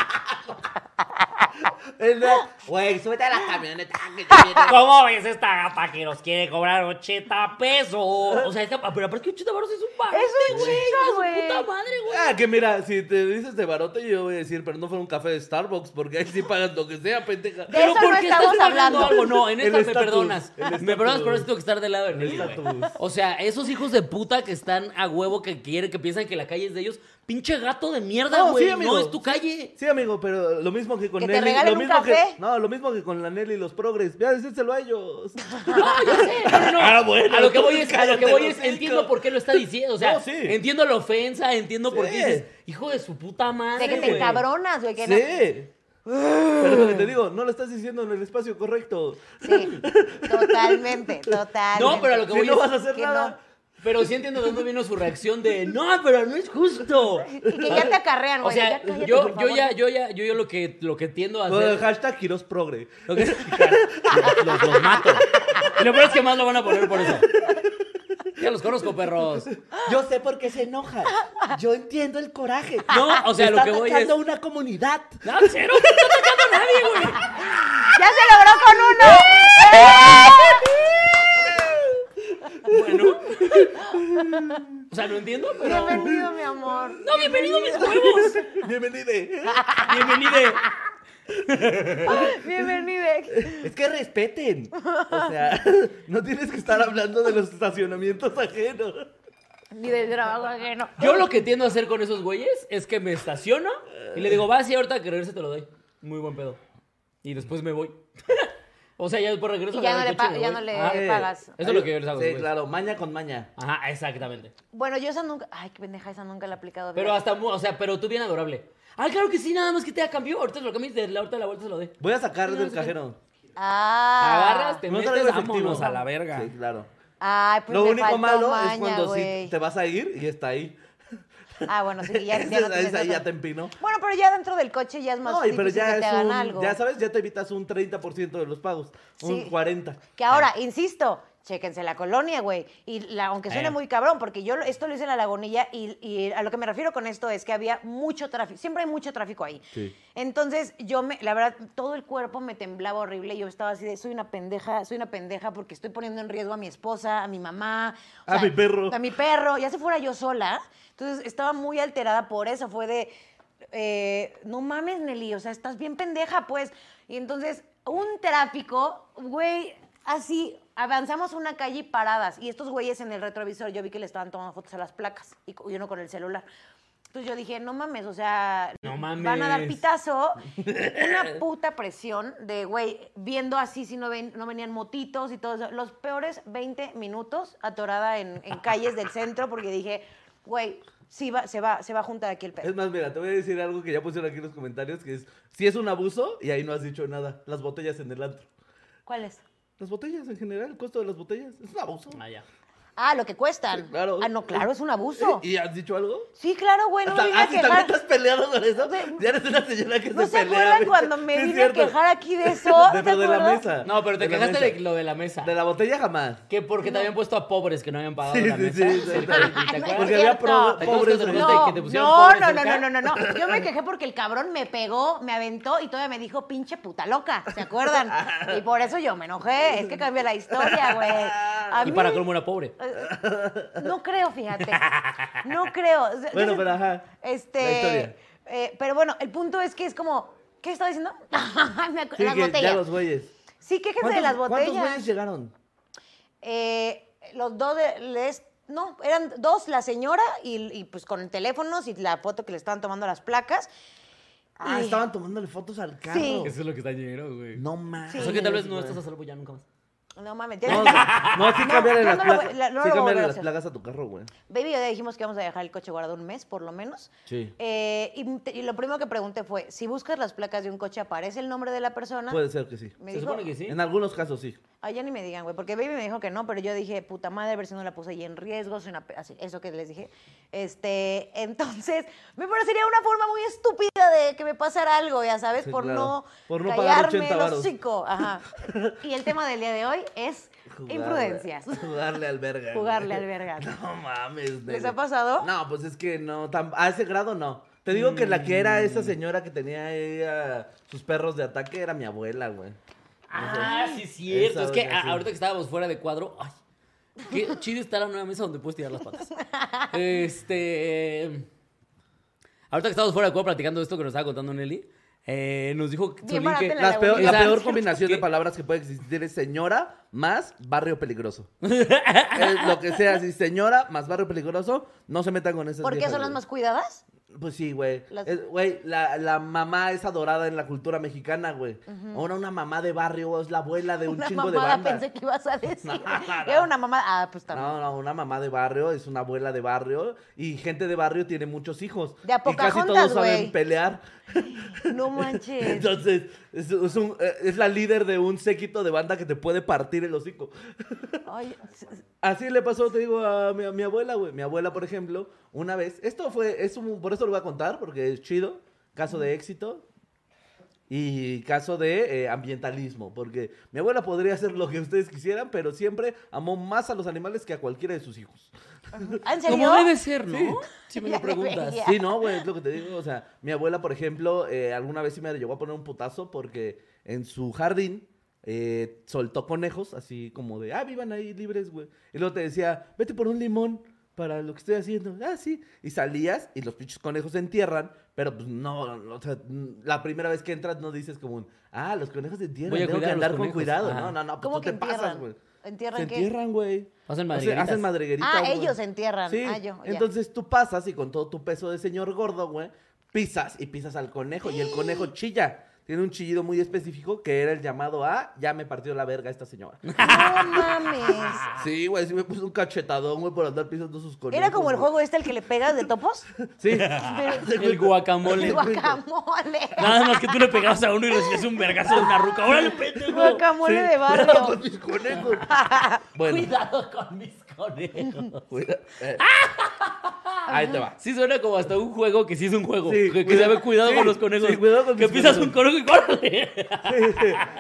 Es la- Güey, súbete a la camioneta. que te viene.
¿Cómo ves esta gata que nos quiere cobrar 80 pesos? O sea, esta, pero aparte que 80 baros es un barote,
Es un
güey.
chingo,
Es
güey.
su puta madre, güey.
Ah, que mira, si te dices de barote, yo voy a decir, pero no fue un café de Starbucks, porque ahí sí pagas lo que sea, pendeja.
De eso
¿por
no
qué
estamos
estás hablando
hablando.
algo? No, en
El
esta me
estatus,
perdonas.
el estatus.
Me perdonas, pero sí tengo que estar del lado de Nelly, güey.
estatus.
O sea, esos hijos de puta que están a huevo, que quieren, que piensan que la calle es de ellos. Pinche gato de mierda,
No, sí,
güey.
amigo.
no es tu calle.
Sí, amigo, pero lo mismo que con
¿Que te
Nelly.
regalen
lo
un
mismo
café?
Que, no, lo mismo que con la Nelly y los progres. Voy a decírselo a ellos.
No, yo sé. No, no, no.
Ah, bueno,
a lo que
tú
voy es, a lo que
cállate,
voy es,
hocico.
entiendo por qué lo está diciendo. O sea,
No, sí.
entiendo la ofensa, entiendo por qué
Sí.
dices, hijo de su puta madre.
De que te
güey.
encabronas, güey.
Sí.
que no-
Pero lo que te digo, no lo estás diciendo en el espacio correcto.
sí, totalmente, totalmente.
No, pero a lo que
Si
voy
no
es-
vas a hacer
que
nada.
Pero sí entiendo de dónde vino su reacción de no, pero no es justo.
Y que ya te acarrean,
O
güey.
sea,
ya cállate,
yo,
por
yo
favor.
ya, yo ya, yo, yo lo que lo que tiendo a
Con el
hacer.
hashtag Giros Progre.
Lo que, los, los- los mato. Y lo peor es que más lo van a poner por eso. Ya los conozco, perros.
Yo sé por qué se enoja. Yo entiendo el coraje.
No, o sea, lo que voy es.
una comunidad.
No, cero, no está atacando a nadie, güey.
¡Ya se logró con uno!
Bueno. O sea, no entiendo, pero.
Bienvenido, mi amor.
No, bienvenido a mis huevos.
Bienvenido.
Bienvenido.
Bienvenido.
Es que respeten. O sea, no tienes que estar hablando de los estacionamientos ajenos.
Ni del trabajo ajeno.
Yo lo que tiendo a hacer con esos güeyes es que me estaciono y le digo, vas y ahorita que regrese te lo doy. Muy buen pedo. Y después me voy. o sea, ya después regreso.
Y ya no
agarro
le
el coche
pa-
y me
ya
voy.
no le-
Ajá.
Eh, pagas.
Ah, Eso es lo que yo les hago,
Sí,
güey.
claro, maña con maña.
Ajá, exactamente.
Bueno, yo esa nunca. Ay, qué pendeja, esa nunca la he aplicado.
Pero
fíjate.
hasta, mu- o sea, pero tú bien adorable. Ay, claro que sí, nada más que te da cambio. Ahorita te lo cambies, de la ahorita de la vuelta se lo doy.
Voy a sacar del cajero.
Ah.
Agarras, te
No
metes,
traigo efectivo.
vámonos a la verga.
Sí, claro.
Ay, pues
lo
me
único
faltó
malo
maña,
es cuando
güey.
sí te vas a ir y está ahí.
Ah, bueno, sí, ya, ya
Ese-
no tienes
ese ahí
otra.
ya te empinó.
Bueno, pero ya dentro del coche ya es más
No, y
difícil
pero
que
ya
te
es
hagan
un,
algo.
ya sabes, ya te evitas un 30% de los pagos,
Sí.
un 40.
Que
Ah.
ahora, insisto, chéquense la colonia, güey. Y la, aunque suene
Eh.
muy cabrón, porque yo lo- esto lo hice en la lagunilla y, y a lo que me refiero con esto es que había mucho tráfico. Siempre hay mucho tráfico ahí.
Sí.
Entonces, yo me, la verdad, todo el cuerpo me temblaba horrible. Yo estaba así de, soy una pendeja, soy una pendeja porque estoy poniendo en riesgo a mi esposa, a mi mamá.
A mi perro.
A mi perro. Ya se fuera yo sola. Entonces, estaba muy alterada por eso. Fue de, eh, no mames, Nelly, o sea, estás bien pendeja, pues. Y entonces, un tráfico, güey, así, avanzamos una calle y paradas. Y estos güeyes en el retrovisor, yo vi que le estaban tomando fotos a las placas y cu- y uno con el celular. Entonces yo dije, no mames, o sea,
No
van a dar
mames.
pitazo. Una puta presión de, güey, viendo así si no, ven, no venían motitos y todo eso. Los peores 20 minutos atorada en, en calles del centro porque dije, güey, sí va, se, va, se va a juntar aquí el
Es
pedo.
más, mira, te voy a decir algo que ya pusieron aquí en los comentarios, que es, si es un abuso, y ahí no has dicho nada, las botellas en el antro.
¿Cuál es?
Las botellas en general, el costo de las botellas, es un abuso.
Ah, ya.
Ah, lo que cuestan.
Sí, claro.
Ah, no, claro, es un abuso.
¿Y has dicho algo?
Sí, claro, güey, no
Hasta-
me vine a
ah, sí, también
quejar.
te has peleado con eso.
Güey,
Ya eres una señora que
¿No
se
se
pelea.
acuerdan
güey.
cuando me
Sí, es
vine
cierto.
a quejar aquí de eso?
De,
¿Te
pero de la
acuerdas?
mesa.
No, pero te
De la
quejaste
mesa.
de lo de la mesa.
De la botella jamás.
Que porque te habían puesto a pobres que no habían pagado
Sí,
la
sí,
mesa.
sí,
Sí,
sí,
¿Te
claro.
acuerdas?
Porque
es
había
cierto.
pro-
¿Te acuerdas
pobres
que te
en
pusieron
No,
que te pusieron
no,
pobres
no, no,
cerca?
no, no, no. Yo me quejé porque el cabrón me pegó, me aventó y todavía me dijo pinche puta loca, ¿se acuerdan? Y por eso yo me enojé. Es que cambia la historia, güey. A
Y
mí-
para colmo era pobre.
eh, No creo, fíjate. No creo. O sea,
Bueno,
yo-
pero ajá. La historia.
Este. eh, pero bueno, el punto es que es como. ¿Qué estaba diciendo? Me acu-
Sí,
las
que ya
botellas.
los güeyes.
Sí, quéjense de las
¿Cuántos güeyes
botellas.
llegaron?
Eh, los dos de les, no, eran dos, la señora y, y, pues con teléfonos y la foto que le estaban tomando las placas.
Ah,
Y-
estaban tomándole fotos al carro.
Sí.
Eso es lo que está lleno, güey.
No mames.
Sí.
O sea que tal vez no
güey.
estás a salvo ya nunca más.
No mames, ya-
No, o sea, no, sí
No,
cambiarle
no,
las
no lo voy-
placas.
la- no
sí
lo voy a
cambiarle
volver a
las
hacer.
placas a tu carro, güey.
Baby, ya dijimos que íbamos a dejar el coche guardado un mes, por lo menos.
Sí.
Eh, y, te- y lo primero que pregunté fue, si buscas las placas de un coche, ¿aparece el nombre de la persona?
Puede ser que sí.
Ah. me
Se
dijo,
supone que sí.
En algunos casos sí.
Ay, ya ni me digan, güey, porque Baby me dijo que no, pero yo dije, puta madre, a ver si no la puse ahí en riesgo, soy una pe- así, eso que les dije. Este, entonces, me parecería una forma muy estúpida de que me pasara algo, ya sabes,
Sí,
por,
claro.
no
Por no pagar
callarme
80
el
varos.
hocico. Ajá. Y el tema del día de hoy es
Jugarle-
imprudencias.
Jugarle al verga. güey.
Jugarle al verga.
No mames,
¿Les
nene.
ha pasado?
No, pues es que no, tan- a ese grado no. Te digo que la que era esa Mm. señora que tenía ella sus perros de ataque era mi abuela, güey.
Ah, sí, es cierto.
Esa
Es que
otra,
a-
sí.
ahorita que estábamos fuera de cuadro, ay, qué chido está la nueva mesa donde puedes tirar las patas. Este. Ahorita que estábamos fuera de cuadro platicando esto que nos estaba contando Nelly, eh, nos dijo
Bien
Solín
barata
que.
la
Las peor- la
Exacto.
peor combinación de
¿Qué?
palabras que puede existir es señora más barrio peligroso. Es lo que sea, si señora más barrio peligroso, no se metan con esas
¿Por qué
viejas,
son las
güey.
más cuidadas?
Pues sí, güey.
Las-
Es- Güey, la, la mamá es adorada en la cultura mexicana, güey. Ahora una mamá de barrio es la abuela de un
una
chingo de
mamada
banda.
pensé que ibas a decir.
No, no.
Era una mamada. Ah, pues también.
No, no, una mamá de barrio es una abuela de barrio y gente de barrio tiene muchos hijos.
De a
y casi
Pocahontas,
todos
güey.
saben pelear.
No manches.
Entonces, es, es un- eh, es la líder de un séquito de banda que te puede partir el hocico.
Ay, s-
Así le pasó, te digo, a mi, a mi abuela, güey. Mi abuela, por ejemplo, una vez. Esto fue, es un- por eso lo voy a contar, porque es chido. Caso de éxito. Y caso de eh, ambientalismo, porque mi abuela podría hacer lo que ustedes quisieran, pero siempre amó más a los animales que a cualquiera de sus hijos.
¿En serio?
Como debe ser, ¿no?
Sí.
Si me
Ya
lo
le
preguntas.
veía.
Sí, no, güey, es lo que te digo. O sea, mi abuela, por ejemplo, eh, alguna vez sí me llegó a poner un putazo porque en su jardín eh, soltó conejos, así como de, ah, vivan ahí libres, güey. Y luego te decía, vete por un limón para lo que estoy haciendo. Ah, sí. Y salías y los pinches conejos se entierran, pero pues no, no, o sea, n- la primera vez que entras no dices como un, ah, los conejos se entierran,
Voy a
tengo que
cuidar a los
andar con
conejos".
cuidado.
Ajá.
No, no, no, pues
¿Cómo
tú
que
te
entierran?
pasas, güey.
¿Entierran
Se
qué?
entierran, güey.
Hacen
O sea,
madrigueritas.
hacen madrigueritas.
Ah,
güey.
ellos se entierran.
Sí.
Ah, yo, ya.
Entonces tú pasas y con todo tu peso de señor gordo, güey, pisas y pisas al conejo y el conejo chilla. Tiene un chillido muy específico que era el llamado a ya me partió la verga esta señora.
No mames.
Sí, güey, sí me puso un cachetadón, güey, por andar pisando sus conejos.
Ah. ¿Era como el
güey.
juego este el que le pegas de topos?
Sí.
El guacamole.
El guacamole.
Nada más que tú le pegabas a uno y le hacías un vergazo de una ruca. ¡Órale, pendejo!
Guacamole
Sí, pues,
de
era
barrio.
con mis conejos. Bueno,
Cuidado con mis conejos.
cuida- eh. Ahí te va.
Sí suena como hasta un juego que sí es un juego.
Sí,
que, que
cuida-
se ve cuidado
sí,
con los conejos.
sí, cuidado con
que
mis
pisas
conejos.
un conejo y córrele.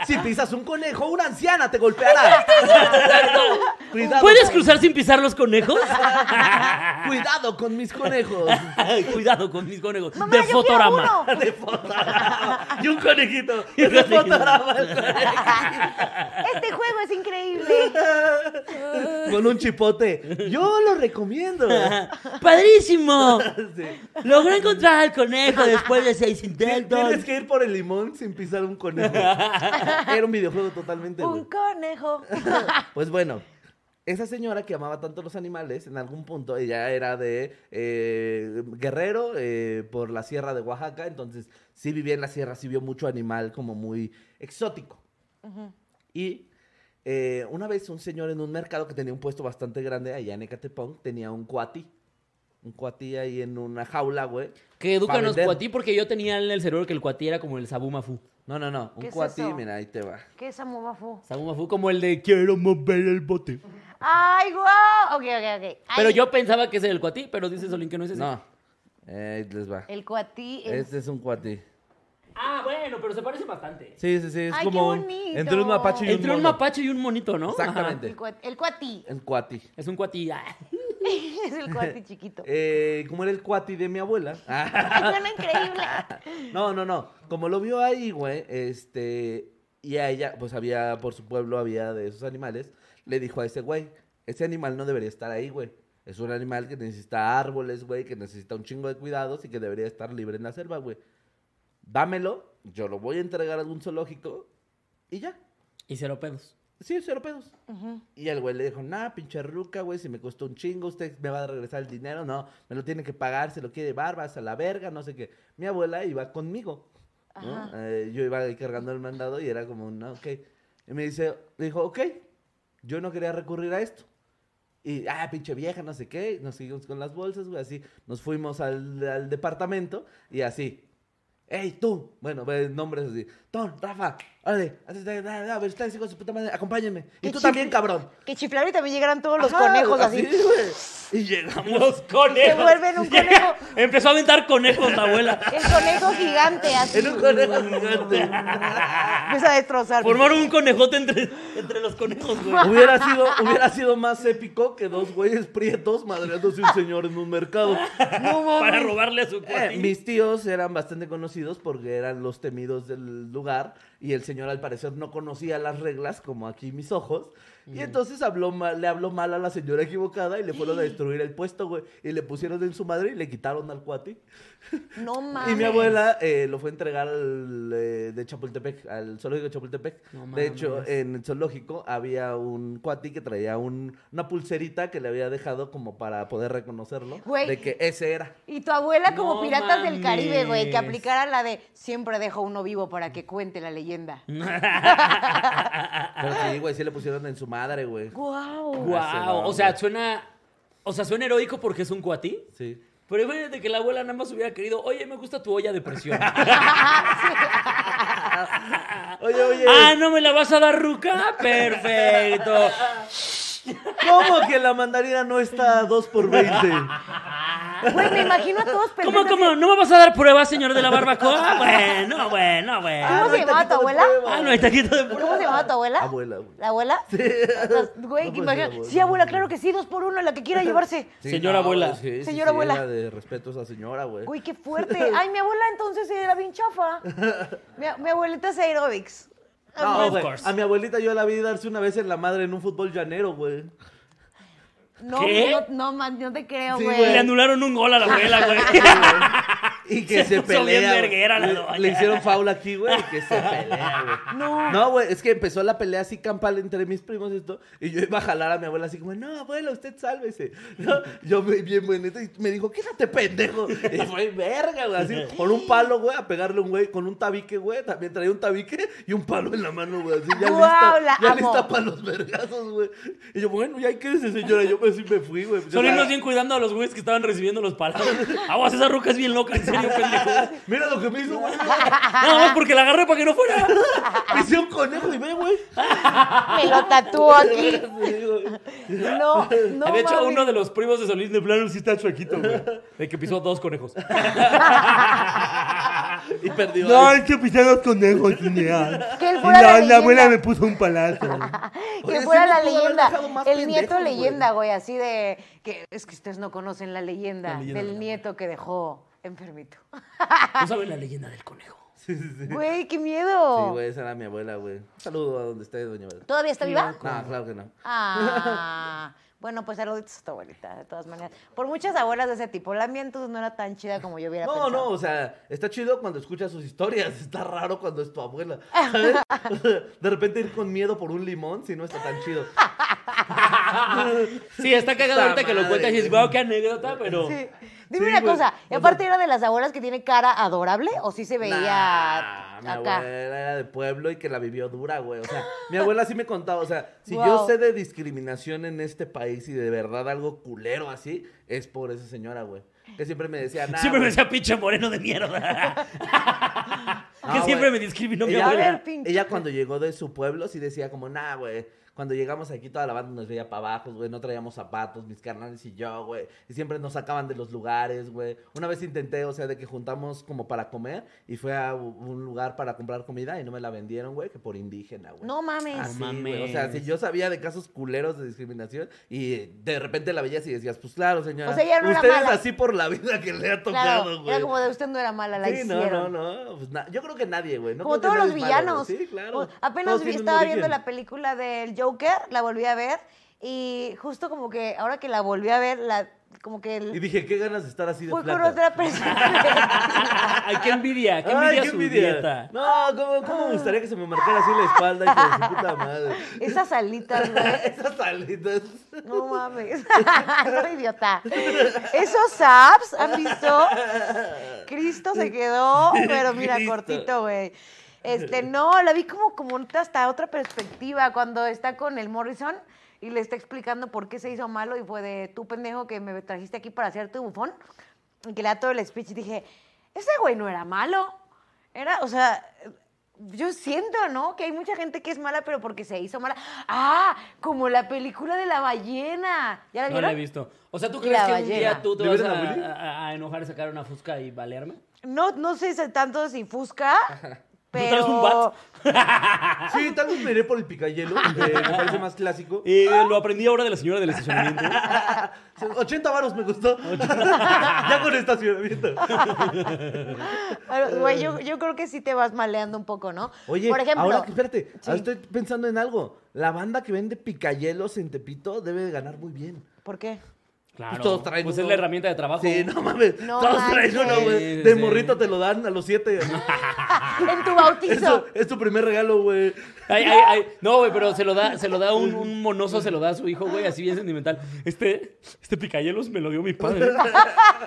Si pisas un conejo, una anciana te golpeará. Cuidado.
¿Puedes cruzar sin pisar los conejos?
Cuidado con mis conejos.
Cuidado con mis conejos.
Mamá,
de
yo quiero
fotorama.
uno.
De fotorama. Y un conejito.
Y un
De
conejito.
fotorama, el conejito.
Este juego es increíble.
Con un chipote. Yo lo recomiendo.
¡Padrísimo!
Sí.
Logré encontrar al conejo después de seis
Tienes que ir por el limón sin pisar un conejo. Era un videojuego totalmente. güey.
Un conejo.
Pues bueno, esa señora que amaba tanto los animales, en algún punto ella era de eh, Guerrero, eh, por la sierra de Oaxaca, entonces sí vivía en la sierra, sí vio mucho animal como muy exótico. Y eh, una vez un señor en un mercado que tenía un puesto bastante grande allá en Ecatepong tenía un cuati. un cuatí ahí en una jaula, güey.
Que edúcanos
vender.
cuatí, porque yo tenía en el cerebro que el cuatí era como el sabumafu.
No, no, no. Un
¿Qué es
cuatí,
eso?
mira, ahí te va.
¿Qué es Amubafu?
Sabumafu como el de quiero mover el bote.
¡Ay, guau! Ok, ok, ok. Ay,
Pero yo pensaba que ese era el cuatí, pero dice Solín que no es ese.
No. Eh, ahí les va.
El cuatí es...
Este es un cuatí.
Ah, bueno, pero se parece bastante.
Sí, sí, sí. Es
Ay, qué
como un-
bonito.
entre un mapache y
Entre un
mono.
mapache y un monito, ¿no?
Exactamente.
El, cuat- el cuatí.
El cuati.
Es un cuatí. ah.
es el cuatí chiquito.
Eh, como era el cuati de mi abuela.
Ay, suena increíble.
No, no, no. Como lo vio ahí, güey, este. Y a ella, pues había, por su pueblo, había de esos animales. Le dijo a ese güey: Ese animal no debería estar ahí, güey. Es un animal que necesita árboles, güey, que necesita un chingo de cuidados y que debería estar libre en la selva, güey. Dámelo, yo lo voy a entregar a algún zoológico y ya.
Y cero pedos.
Sí, cero pedos. Y el güey le dijo, nah, pinche ruca, güey, si me costó un chingo, usted me va a regresar el dinero, no, me lo tiene que pagar, se lo quiere barbas a la verga, no sé qué. Mi abuela iba conmigo. ¿no?
Ajá.
Eh, yo iba ahí cargando el mandado y era como, no, ok. Y me dice, le dijo, ok, yo no quería recurrir a esto. Y, ah, pinche vieja, no sé qué, nos seguimos con las bolsas, güey, así. Nos fuimos al, al departamento y así. ¡Ey, tú! Bueno, ve, nombres así. Ton, Rafa, órale, hazte- da- da- da, a ver, ustedes hijos de su puta madre, acompáñenme. Y
Qué
tú
chif-
también, cabrón.
Que chiflar y también llegarán todos los
Ajá,
conejos así.
güey. Y llegamos.
Los conejos.
Se vuelven un conejo.
Empezó a aventar conejos la abuela.
El conejo gigante así.
En un conejo gigante.
Empieza a destrozar.
Formaron Ah, un conejote entre, entre los conejos, güey.
Hubiera sido, hubiera sido más épico que dos güeyes prietos madreándose un señor en un mercado.
Para robarle a su cuatí.
Eh, mis tíos eran bastante conocidos porque eran los temidos del lugar y el señor al parecer no conocía las reglas como aquí mis ojos y entonces habló mal- le habló mal a la señora equivocada y le fueron a destruir el puesto, güey, y le pusieron en su madre y le quitaron al cuati.
No mames.
Y mi abuela eh, lo fue a entregar al, eh, de Chapultepec, al zoológico de Chapultepec.
No
de hecho,
mames.
en el zoológico había un cuati que traía un- una pulserita que le había dejado como para poder reconocerlo
Güey.
de que ese era.
Y tu abuela como
No
piratas del Caribe, güey, que
mames.
aplicara la de siempre dejo uno vivo para que cuente la leyenda.
Mm.
Pero sí, güey, sí le pusieron en su madre, güey.
Ah,
¡Guau!
Wow. O sea, suena. O sea, suena heroico porque es un cuatí.
Sí.
Pero imagínate que la abuela nada más hubiera querido, oye, me gusta tu olla de presión.
Oye, oye,
ah, ¿no me la vas a dar ruca? Perfecto.
¿cómo que la mandarina no está a 2 por 20?
Güey, me imagino a todos
¿Cómo,
pensando...
cómo? ¿No me vas a dar pruebas, señor de la barbacoa? Ah, Bueno, bueno, bueno.
¿Cómo se llamaba tu abuela?
Ah, no, hay taquito de prueba.
¿Cómo se llamaba tu abuela?
Abuela, güey.
¿La abuela? Sí. Güey,
No, pues,
imagina-
sí, abuela.
Sí, abuela, claro que sí, dos por uno, la que quiera llevarse.
Señora abuela.
Señora abuela.
era de respeto a esa señora, güey.
Güey, qué fuerte. Ay, mi abuela entonces era bien chafa. Mi, mi abuelita es aerobics.
No,
Of
güey,
course.
A mi abuelita yo la vi darse una vez en la madre en un fútbol llanero, güey.
No,
¿Qué?
no, no, man, no te creo,
Sí,
güey.
güey.
Le anularon un gol a la abuela, güey.
Y que
Se
se,
puso
pelea.
bien
güey.
verguera la
le,
doña.
le hicieron faula aquí, güey, y que se pelea, güey.
No.
No, güey, es que empezó la pelea así campal entre mis primos y esto, y yo iba a jalar a mi abuela así como, no, abuela, usted sálvese. ¿No? Yo me- bien bonito, y me dijo, quédate pendejo. Y fue verga, güey, así, con un palo, güey, a pegarle a un güey, con un tabique, güey, también traía un tabique y un palo en la mano, güey, así, ya
Guau, la
lista, ya
amo.
lista para los vergazos, güey. Y yo, bueno, ya quédese, señora, yo pues sí me fui, güey.
Solín nos bien cuidando a los güeyes que estaban recibiendo los palabras. Aguas, esa ruca es bien loca, en serio, pendejo.
Mira lo que me hizo, güey.
Nada más porque la agarré para que no fuera.
Me hizo un conejo y ve, güey.
Me lo tatúo aquí.
Sí, güey.
No, no.
de hecho,
mames.
uno de los primos de Solís de plano sí está chuequito, güey. De que pisó dos conejos.
Ah, Y perdió.
hay que pisar los conejos, Cineal.
Que él fuera la leyenda.
puso un palazo.
Que
Oye, sí
fuera
me
la
pudo haber
leyenda.
dejado más
El
pendejo,
nieto
güey.
leyenda, güey, así de. que Es que ustedes no conocen la leyenda,
La leyenda de
del
la
nieto que dejó enfermito.
No saben la leyenda del conejo.
Güey, qué miedo.
Sí, güey, esa era mi abuela, güey. Saludo a donde esté, doña Abuela.
¿Todavía está viva?
No, claro que no.
Ah. Bueno, pues saluditos a tu abuelita, de todas maneras. Por muchas abuelas de ese tipo. La mía entonces no era tan chida como yo hubiera
No,
pensado.
no, o sea, está chido cuando escuchas sus historias. Está raro cuando es tu abuela.
Ah.
¿sabes? De repente ir con miedo por un limón, si no está tan chido.
Sí, está cagado
Puta
ahorita que lo
madre,
cuenta y dices,
güey.
wow, qué anécdota, pero.
Sí. Dime
Sí,
una
güey.
cosa,
O
¿y
sea-
aparte era de las abuelas que tiene cara adorable o sí se veía
Nah, mi
acá?
abuela era de pueblo y que la vivió dura, güey. O sea, mi abuela sí me contaba, o sea, si
Wow.
yo sé de discriminación en este país y de verdad algo culero así, es por esa señora, güey. Que siempre me decía, nah,
siempre me
güey.
decía pinche moreno de mierda. que
No,
siempre me
Ah, güey.
discriminó mi
ella,
A
abuela.
ver, pinche.
ella cuando llegó de su pueblo sí decía como, nah, güey. Cuando llegamos aquí toda la banda nos veía para abajo, güey. No traíamos zapatos, mis carnales y yo, güey. Y siempre nos sacaban de los lugares, güey. Una vez intenté, o sea, de que juntamos como para comer y fue a u- un lugar para comprar comida y no me la vendieron, güey, que por indígena, güey.
No mames.
Así,
No
güey. O sea,
mames.
si yo sabía de casos culeros de discriminación y de repente la veías y decías, pues claro, señora.
O sea, ella no era
Usted es
mala.
así por la vida que le ha
claro,
tocado, güey.
era como de usted no era mala, la
sí, no,
hicieron.
no, no. Pues, na- yo creo que nadie, güey. No
Como
creo
todos los
que nadie es malo,
villanos.
güey. Sí, claro.
O- Apenas
Todos
vi-
tienen un
estaba viendo
origen.
la película del Joker, la volví a ver y justo como que ahora que la volví a ver, la, como que el-
Y dije, qué ganas de estar así de
fui con
flaca.
otra persona.
Ay, qué envidia, qué envidia
Ay, qué
su
envidia.
dieta.
No, ¿cómo, cómo me gustaría que se me marcara así la espalda y que su puta madre?
Esas alitas, güey.
Esas salidas.
No mames. no, idiota. Esos saps, ¿han visto? Cristo se quedó, pero mira,
Cristo.
cortito, güey. Este, no, la vi como, como hasta otra perspectiva cuando está con el Morrison y le está explicando por qué se hizo malo y fue de tú, pendejo, que me trajiste aquí para hacerte bufón. Y que le da todo el speech y dije, ese güey no era malo. Era, o sea, yo siento, ¿no? Que hay mucha gente que es mala, pero porque se hizo mala. Ah, como la película de la ballena. ¿Ya la
No
vieron?
la he visto. O sea, ¿tú
Y
crees
la
que un día
ballena.
tú te
¿De
vas a,
veras la Willy?
a- a enojar, sacar una fusca y balearme?
No, no sé si tanto si Fusca, pero...
traes un bat?
Sí, tal vez me iré por el picayelo, que me parece más clásico.
Eh, lo aprendí ahora de la señora del estacionamiento.
80 varos me costó. ya con estacionamiento.
Pero, güey, yo, yo creo que sí te vas maleando un poco, ¿no?
Eh. Oye,
Por ejemplo,
ahora que espérate,
Sí.
ahora estoy pensando en algo. La banda que vende picayelos en Tepito debe de ganar muy bien.
¿por qué?
Claro.
Todos traen
pues es
uno.
la herramienta de trabajo.
Sí, no mames.
No
Todos
manches.
traen uno,
Sí,
güey.
sí,
De
sí.
morrito te lo dan a los siete. Ah,
En tu
es,
bautizo.
tu, es tu primer regalo, güey.
Ay, ay, ay. No, güey, pero se lo da, se lo da un, un monoso, se lo da a su hijo, güey, así bien sentimental. Este, este picayelos me lo dio mi padre.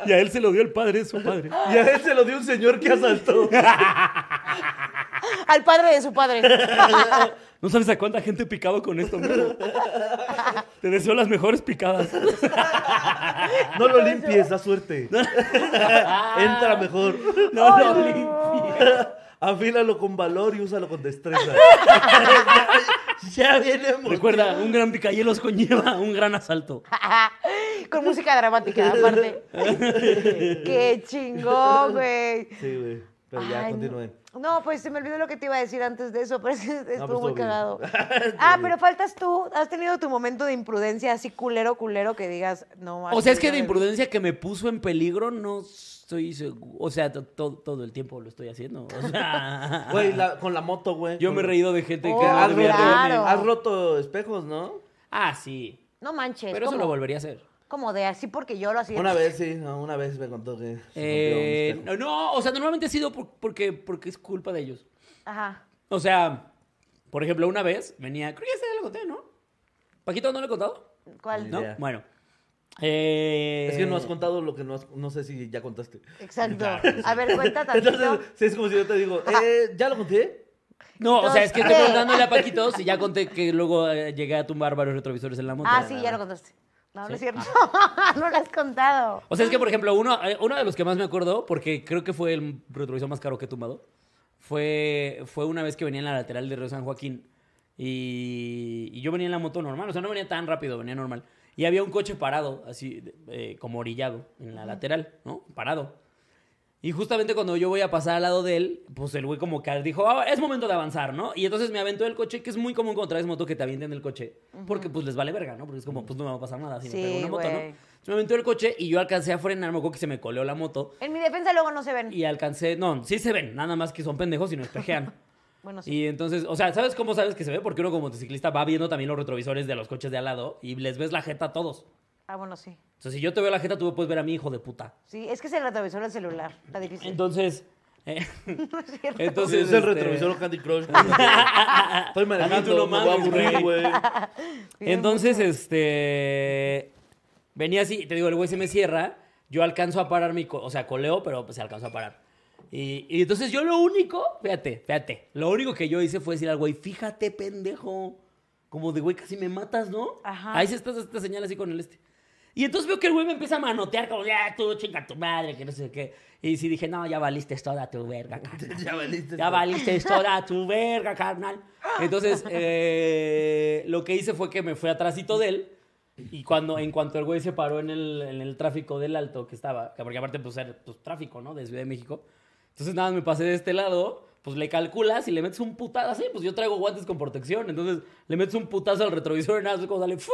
Y a él se lo dio el padre de su padre.
Y a él se lo dio un señor que asaltó.
Al padre de su padre.
No sabes a cuánta gente picaba con esto, amigo. Te deseo las mejores picadas.
No lo limpies, da suerte. Entra mejor.
No, no, limpies.
Afílalo con valor y úsalo con destreza. ya viene emotivo.
Recuerda, un gran picayelos conlleva un gran asalto.
Con música dramática, aparte. Qué chingón, güey.
Sí, güey. Pero ya,
Ay,
continúen.
No, pues se me olvidó lo que te iba a decir antes de eso, pero es que estuvo muy
pues, todo bien.
cagado.
Todo
ah,
bien.
pero faltas tú. ¿Has tenido tu momento de imprudencia así culero, culero que digas, no
O sea,
manches,
es que
no
de
me-
imprudencia que me puso en peligro, no estoy seguro. O sea, to- to- todo el tiempo lo estoy haciendo. O sea,
Güey, la- con la moto, güey.
yo me he reído de gente
Oh,
que.
has, roto,
claro.
has roto espejos, ¿no?
Ah, sí.
No manches.
Pero eso
¿cómo?
lo volvería a hacer.
Como de así porque yo lo hacía.
Una vez, sí. no, Una vez me contó que. se
Eh,
rompió un espejo.
no, no, o sea, normalmente ha sido por- porque, porque es culpa de ellos.
Ajá.
O sea, por ejemplo, una vez venía, creo que ya se lo conté, ¿no? Paquito, ¿no lo he contado?
¿Cuál?
Ni
¿No?
idea.
Bueno. Eh,
Es que no has contado lo que no has. No sé si ya contaste.
Exacto. A ver, cuenta tantito.
Entonces, sí, es como si yo te digo, eh, ¿ya lo conté?
No, o sea, es que estoy
Entonces-
contándole a Paquito si ya conté que luego eh, llegué a tumbar varios retrovisores en la Ah. moto.
Ah, sí, ya lo contaste. No, no es cierto. no lo has contado.
O sea, es que, por ejemplo, uno, eh, uno de los que más me acuerdo, porque creo que fue el retrovisor más caro que he tumbado, fue, fue una vez que venía en la lateral de Río San Joaquín. Y, y yo venía en la moto normal, o sea, no venía tan rápido, venía normal. Y había un coche parado, así, eh, como orillado, en la lateral, ¿no? Parado. Y justamente cuando yo voy a pasar al lado de él, pues el güey como que dijo, "Ah, es momento de avanzar, ¿no? Y entonces me aventó el coche, que es muy común cuando traes moto que te avienten el coche, porque pues les vale verga, ¿no? Porque es como, pues no me va a pasar nada si
Sí,
me pego una moto, ¿no?
güey.
Entonces me aventó el coche y yo alcancé a frenar, me acuerdo que se me coleó la moto
En mi defensa luego no se ven.
y alcancé, no, sí se ven, nada más que son pendejos y no espejean.
Bueno, sí.
Y entonces, o sea, ¿sabes cómo sabes que se ve? Porque uno como motociclista va viendo también los retrovisores de los coches de al lado y les ves la jeta a todos.
Ah, bueno, sí.
Entonces, si yo te veo la jeta, tú puedes ver a mi hijo de puta.
Sí, es que se le atravesó el celular. Está difícil.
Entonces, eh,
no es cierto.
Sí,
entonces...
es el
este,
retrovisor Candy Crush. güey. Estoy manejando,
no
no me voy a
mames,
aburrir,
güey.
güey.
Viven
Entonces, este. Venía así, te digo, el güey se me cierra. yo alcanzo a parar mi, co- o sea, coleo, pero pues, se alcanzó a parar. Y, y entonces yo lo único, fíjate, fíjate, lo único que yo hice fue decir al güey, fíjate, pendejo. Como de, güey, casi me matas, ¿no?
Ajá.
Ahí se está esta señal así con el este. Y entonces veo que el güey me empieza a manotear, como, ya, tú, chinga tu madre, que no sé qué. Y sí dije, no, ya valiste toda tu verga, carnal.
Ya valiste.
Ya valiste toda tu verga, carnal. Entonces, eh, lo que hice fue que me fui atrásito de él. Y cuando, en cuanto el güey se paró en el, en el tráfico del alto que estaba, que porque aparte pues era pues, tráfico, ¿no? De Ciudad de México. Entonces nada, me pasé de este lado, pues le calculas y le metes un putazo así, pues yo traigo guantes con protección. Entonces le metes un putazo al retrovisor y nada, es como sale, ¡fu!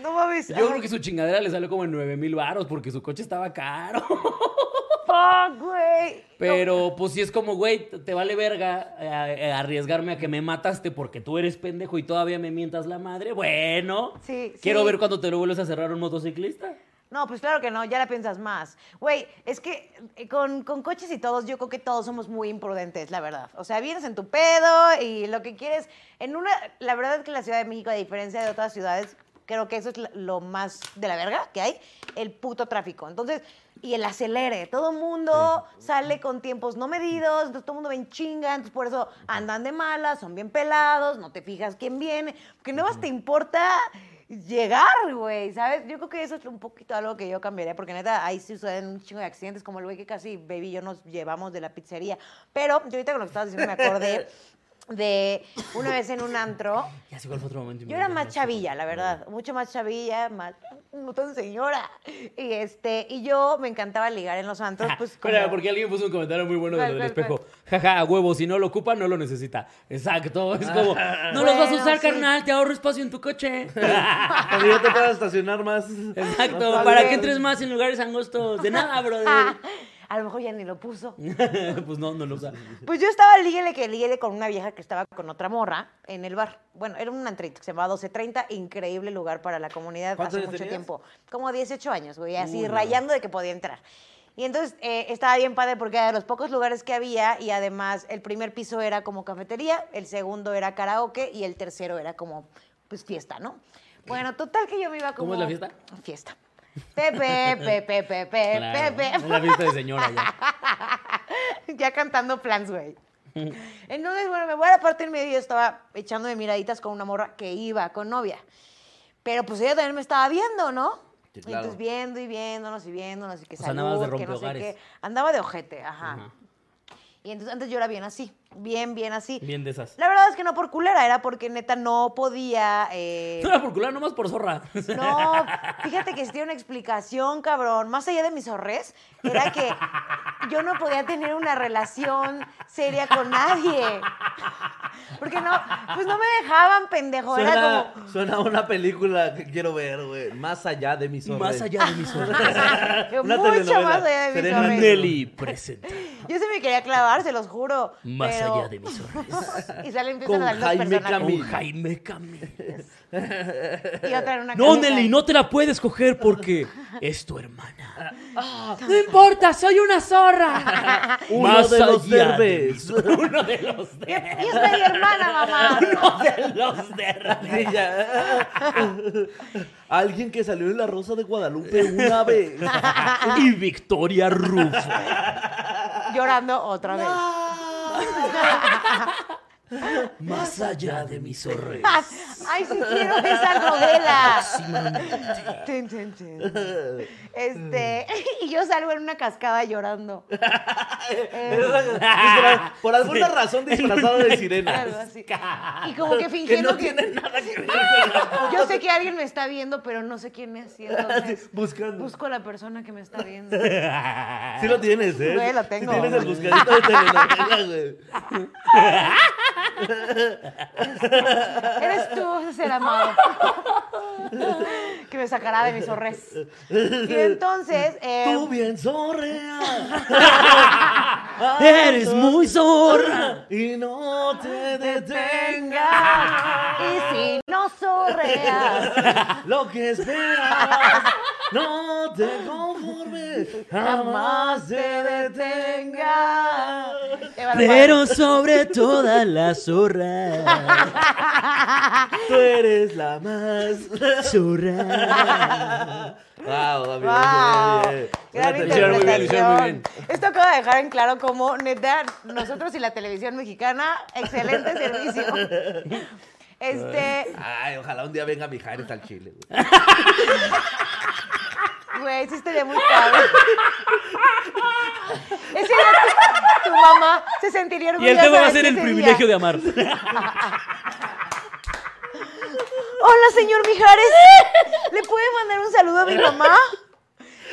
No mames.
Yo
ay,
creo que su chingadera le salió como en 9 mil baros porque su coche estaba caro.
Fuck, güey. No,
Pero pues sí es como, güey, te- te vale verga eh, eh, arriesgarme a que me mataste porque tú eres pendejo y todavía me mientas la madre. Bueno,
Sí, sí.
quiero ver cuando te lo vuelves a cerrar a un motociclista.
No, pues claro que no, ya la piensas más. Güey, es que eh, con, con coches y todos, yo creo que todos somos muy imprudentes, la verdad. O sea, vienes en tu pedo y lo que quieres. En una, la verdad es que la Ciudad de México, a diferencia de otras ciudades, creo que eso es la- lo más de la verga que hay, el puto tráfico. Entonces, y el acelere. Todo mundo sale con tiempos no medidos, entonces todo el mundo ven chinga, entonces por eso andan de malas, son bien pelados, no te fijas quién viene, porque no más te importa llegar, güey, ¿sabes? Yo creo que eso es un poquito algo que yo cambiaría, porque neta, ahí sí suceden un chingo de accidentes, como el güey que casi Baby y yo nos llevamos de la pizzería. Pero yo ahorita con lo que estabas diciendo me acordé de una vez en un antro,
Ya sé cuál fue otro momento.
yo era
importante. Ah,
más chavilla, la verdad. Mucho más chavilla, más. No tan señora. Y este, y yo me encantaba ligar en los santos,
Ajá.
pues.
Espera,
como-
Ah, porque alguien puso un comentario muy bueno de
¿Cuál,
lo del
cuál,
espejo. Jaja, a huevo, si no lo ocupa, no lo necesita. Exacto, es como, no los vas a
Ah, Bueno,
usar,
sí.
carnal, te ahorro espacio en tu coche.
Cuando ya te puedas estacionar más.
Exacto,
más
para
tarde.
que entres más en lugares angostos. De nada,
Ah,
brother.
a lo mejor ya ni lo puso.
pues no, no lo usa.
Pues yo estaba líguele que líguele con una vieja que estaba con otra morra en el bar. Bueno, era un antrito que se llamaba 1230, increíble lugar para la comunidad
¿Cuántos
hace
años
mucho
tenías?
tiempo. Como 18 años, güey, así
Uy, no.
rayando de que podía entrar. Y entonces eh, estaba bien padre porque era de los pocos lugares que había y además el primer piso era como cafetería, el segundo era karaoke y el tercero era como pues fiesta, ¿no? Bueno, total que yo me iba como...
¿Cómo es la fiesta?
Fiesta. Pepe, pepe, pepe,
Claro,
Eh, pepe
una vista de señora ya.
ya cantando plans, güey. Entonces, bueno, me voy a la parte del medio y yo estaba echándome miraditas con una morra que iba con novia. Pero pues ella también me estaba viendo, ¿no?
Sí,
Y
claro.
entonces viendo y viéndonos y viéndonos y que
O sea, andabas de
salud, que no sé
rompehogares.
qué. Andaba de ojete, ajá.
Ajá.
Y entonces antes yo era bien así, bien, bien así.
Bien de esas.
La verdad es que no por culera, era porque neta no podía... eh,
No era por cular, nomás por zorra.
no, fíjate que sí tiene una explicación, cabrón. Más allá de mis horrores, era que yo no podía tener una relación seria con nadie. Porque no, pues no me dejaban, pendejo. Era
Suena,
como.
suena a una película que quiero ver, güey. Más allá de mis hombres.
Más allá de mis zorra.
yo
Una
mucho
telenovela.
más allá de mis
Serena
horrores.
Nelly.
Nelly presenta.
Yo se me quería clavar, se los juro.
Más
pero-
allá de mis zorras.
Y salen empiezan a
Con
salir los
Jaime
Con
personajes.
Camil.
Jaime Camil.
Y otra en una
No,
camisa.
Nelly, no te la puedes coger porque es tu hermana. No importa, soy una zorra.
Uno de los derbes.
mis zorras. Uno de los derbes.
Y es medio hermana, mamá.
Uno de los derbes.
Sí, ya. Alguien que salió en La Rosa de Guadalupe una vez.
Y Victoria Rufo.
Llorando otra vez.
Más allá de mis zorras.
Ay, sí quiero esa novela. Tin, tin, tin. Este, y yo salgo en una cascada llorando. Eh,
Disfra- Por alguna razón disfrazado de
Algo
sirena.
así. Y como que fingiendo que, Ah,
nada que ver con la-
yo sé que alguien me está viendo, pero no sé quién es. y entonces
Buscando.
busco a la persona que me está viendo.
Sí lo tienes, ¿eh?
Güey, lo
Sí
tengo.
tienes el buscadito de telenovela, güey.
Eres tú, ser amado. que me sacará de mis horrores. Y entonces. eh,
Tú bien zorrea
Eres muy zorra.
y no te detenga
venga. Y si no sorreas.
lo que esperas. No te conformes, jamás te detenga.
Eva Lopar.
Pero sobre todas las zorras.
Tú eres la más
Zorra.
Wow, David.
¡Wow!
muy bien.
Gran
Una
Hicieron muy bien, hicieron muy
interpretación.
bien.
Esto acaba de dejar en claro cómo, neta, nosotros y la televisión mexicana, excelente servicio. Este,
Ay, ojalá un día venga Mijares al Chile. güey.
güey, sí estaría muy padre. Ese día tu, tu mamá se sentiría
Y el
orgullosa.
tema va a
de
ser
ti
el
ese día.
privilegio de amar.
Hola, señor Mijares. ¿Le puede mandar un saludo a mi mamá?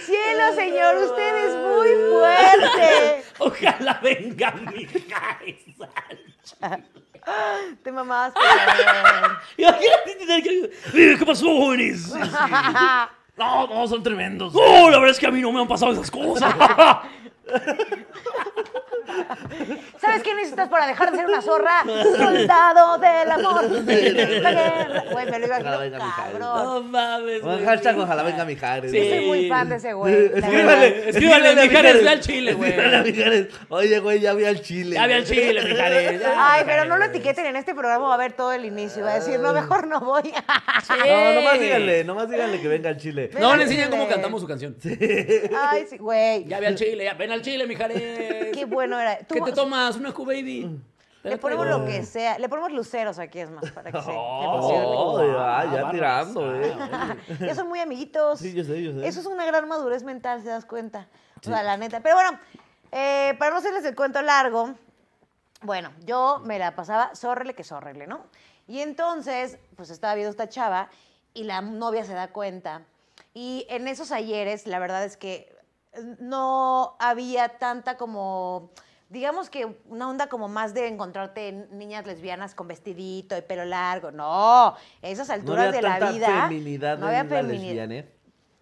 Cielo, señor, usted es muy fuerte.
Ojalá venga mi Sánchez.
Te mamaste. cabrón.
¿Qué pasó, jóvenes?
No, no, son tremendos.
No, la verdad es que a mí no me han pasado esas cosas.
¿Sabes qué necesitas para dejar de ser una zorra? Soldado del amor. La guerra. Güey, me lo
Ojalá venga
imagino,
Mijares.
cabrón.
No mames.
Bueno,
güey.
hashtag ojalá venga Mijares.
Sí.
Yo soy muy fan de ese güey. la verdad.
Escríbale, escríbale, Mijares, ve al Chile, güey.
Escríbale a Mijares. Oye, güey, ya vi al Chile.
Ya ve al
güey.
chile, Mijares.
Ay, pero no lo etiqueten en este programa, va a ver todo el inicio. Va a decir, no, mejor no voy.
No, nomás díganle, nomás díganle que venga al Chile.
No,
al
le enseñan cómo
chile.
cantamos su canción.
Ay, sí, güey.
Ya ve al chile, ya ven al chile, Mijares.
Qué bueno era. Tú-
¿Qué te tomas? Una Q-Baby.
Mm.
Le ponemos lo que sea. Le ponemos luceros aquí, es más, para que se
Oh,
emocione.
ya, ya
Ah,
tirando,
barras.
eh.
Ya son muy amiguitos.
Sí, yo sé, yo sé.
Eso es una gran madurez mental, si das cuenta. O sea, la neta. Pero bueno, eh, para no hacerles el cuento largo, bueno, yo me la pasaba zórrele que zórrele, ¿no? Y entonces, pues estaba viendo esta chava y la novia se da cuenta. Y en esos ayeres, la verdad es que no había tanta como, digamos que una onda como más de encontrarte niñas lesbianas con vestidito y pelo largo. No, esas
No
alturas de
había
la
tanta
vida.
feminidad
no
en
había
la
feminidad.
lesbiana, ¿eh?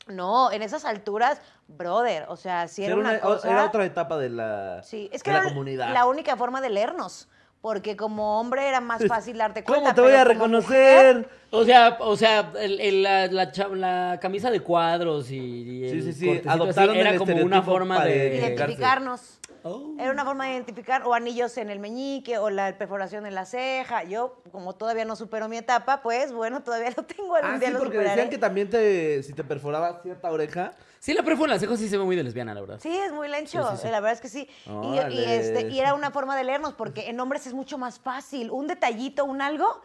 No, en esas alturas, brother, o sea, si era,
Era
una,
una- o-
cosa...
era otra etapa de la,
Sí, es
de
que
la
era
comunidad.
la única forma de leernos, porque como hombre era más fácil darte cuenta.
¿Cómo te voy
pero
a
como
reconocer?
mujer,
O sea, o sea, el- el- la, la cha- la camisa de cuadros y, y el
Sí, sí, sí,
cortecito así
adoptaron
era
el
como una
estereotipo
forma
para
de
identificar.
identificarnos.
Oh.
Era una forma de identificar, o anillos en el meñique, o la perforación en la ceja. Yo, como todavía no supero mi etapa, pues bueno, todavía lo tengo algún
Ah,
día
sí,
lo
porque
superaré.
decían que también te, si te perforaba cierta oreja.
Sí, la perfo en las cejas sí se ve muy de lesbiana, la verdad.
Sí, es muy lencho,
Sí, sí, sí.
la verdad es que sí. Y, y,
Órale.
este, y era una forma de leernos, porque en hombres es mucho más fácil. Un detallito, un algo,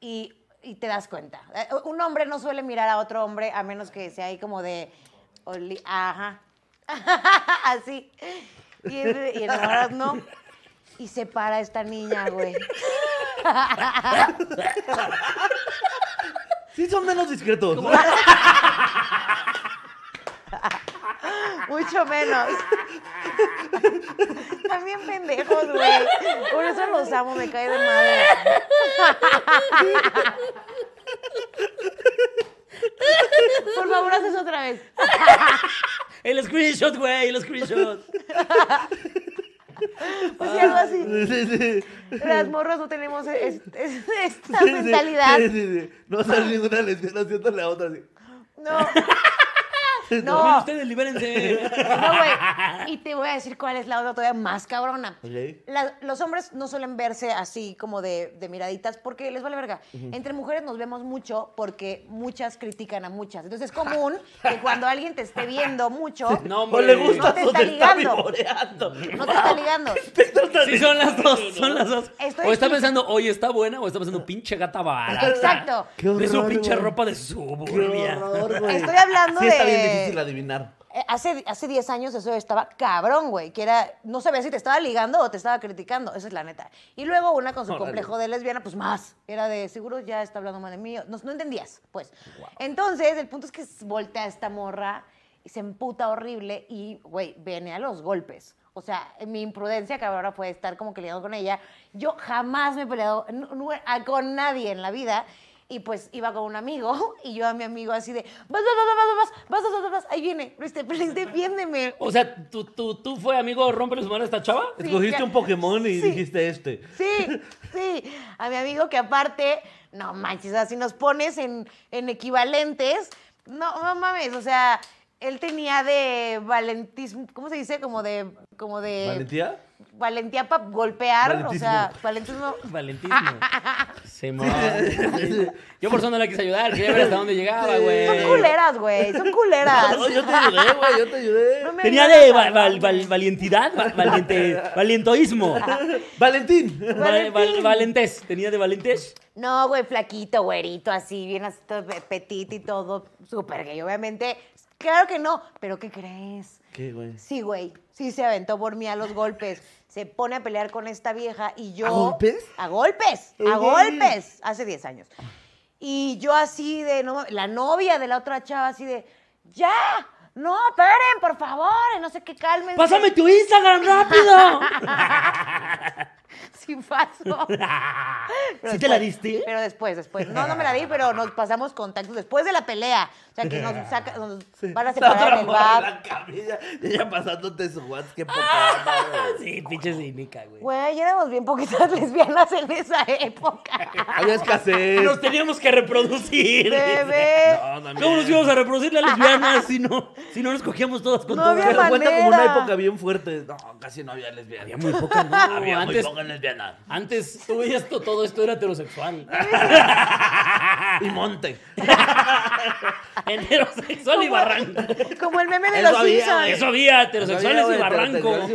y, y te das cuenta. Eh, Un hombre no suele mirar a otro hombre a menos que sea ahí como de. "Oli- Ajá. Así. Y, es- y en hombres no. Y se para esta niña, güey.
Sí, son menos discretos.
Mucho menos. También pendejos, güey. Por eso los amo, me cae de madre. Por favor, haces otra vez.
El screenshot, güey, el screenshot.
Pues sí, algo así.
Sí, sí, sí.
Las morras no tenemos es- es- esta
Sí, sí,
mentalidad.
sí, sí, sí. No sale ninguna lesbiana haciendo la otra. así.
No.
Miren
No,
ustedes, libérense.
no, güey. Y te voy a decir cuál es la otra todavía más cabrona.
Ok.
La- los hombres no suelen verse así como de, de miraditas porque les vale verga. Entre mujeres nos vemos mucho porque muchas critican a muchas. Entonces es común que cuando alguien te esté viendo mucho,
No,
O
hombre.
le gustas
No te
o
está
te está
ligando.
vivoreando.
no te está ligando.
Sí, son las dos, son las dos.
Estoy-
o está pensando, oye, está buena, o está pensando, pinche gata barata.
Exacto.
Qué horror,
de su pinche
güey.
ropa de suburbia.
Estoy hablando
sí, está
de-
bien difícil adivinar.
Eh, Hace, hace 10 años eso estaba cabrón, güey, que era, no sabía si te estaba ligando o te estaba criticando, esa es la neta. Y luego una con su
Órale.
complejo de lesbiana, pues más, era de, seguro ya está hablando mal de mí, no, no entendías, pues. Entonces, el punto es que s- voltea esta morra y se emputa horrible y, güey, viene a los golpes. O sea, mi imprudencia cabrona fue estar como que liando con ella. Yo jamás me he peleado n- n- a- con nadie en la vida. Y pues iba con un amigo y yo a mi amigo así de, vas, vas, vas, vas, vas, vas, vas, vas, vas, ahí viene, Luis, te- Luis, defiéndeme.
O sea, ¿tú, tú, tú fue amigo, romperle su mano a esta chava.
Sí,
Escogiste
ya-
un Pokémon
sí.
y dijiste este.
Sí, sí, a mi amigo que aparte, no manches, así nos pones en, en equivalentes, no, no mames, o sea, él tenía de valentismo, ¿cómo se dice? Como de, como de...
¿Valentía?
valentía para golpear, o sea, valentismo.
Valentismo. Simón.
ah,
Yo por eso no la quise ayudar, quería ver hasta dónde llegaba, güey.
Son culeras, güey, son culeras.
No, yo te ayudé, güey, yo te ayudé.
No me
Tenía
ayudas
de
a
va- val-
salvarme.
val- valientidad, va- valiente, valentoísmo.
Valentín.
Val- val-
Valentín.
valentes, tenía de valentes.
No, güey, flaquito, güerito, así, bien así, todo pe- petit y todo, súper gay, obviamente. Claro que no, pero ¿qué crees?
¿Qué, güey?
Sí, güey, sí se aventó por mí a los golpes. Se pone a pelear con esta vieja y yo...
¿A golpes?
A golpes, a golpes. Hace 10 años. Y yo así de, no, mames, la novia de la otra chava así de, ya, no, paren, por favor, no sé qué, calmen.
¡Pásame tu Instagram rápido!
Sí pasó. Pero
¿Sí te la
después-
diste?
Pero después, después. No, no me la di, pero nos pasamos contactos después de la pelea. O sea, que nos, saca- nos van a separar en el bar.
La camilla, y ella pasándote su WhatsApp, qué poca madre.
Sí, pinche cínica, güey.
Güey, éramos bien poquitas lesbianas en esa época.
Había escasez.
Nos teníamos que reproducir.
Bebé.
No, no,
¿Cómo nos
mira.
íbamos a reproducir las lesbianas si no, si no nos cogíamos todas con
No
todas?
había
Pero cuenta como una
manera.
época bien fuerte. No, casi no había lesbianas.
Había muy pocas, ¿no?
Había muy
antes,
pocas lesbianas.
antes tú veías to- todo esto era heterosexual. Ah.
Y monte.
heterosexual y barranco.
Como el meme de
Eso
los
había,
Simpsons.
Eso había,
Había,
heterosexuales
güey,
y barranco.
heterosexuales y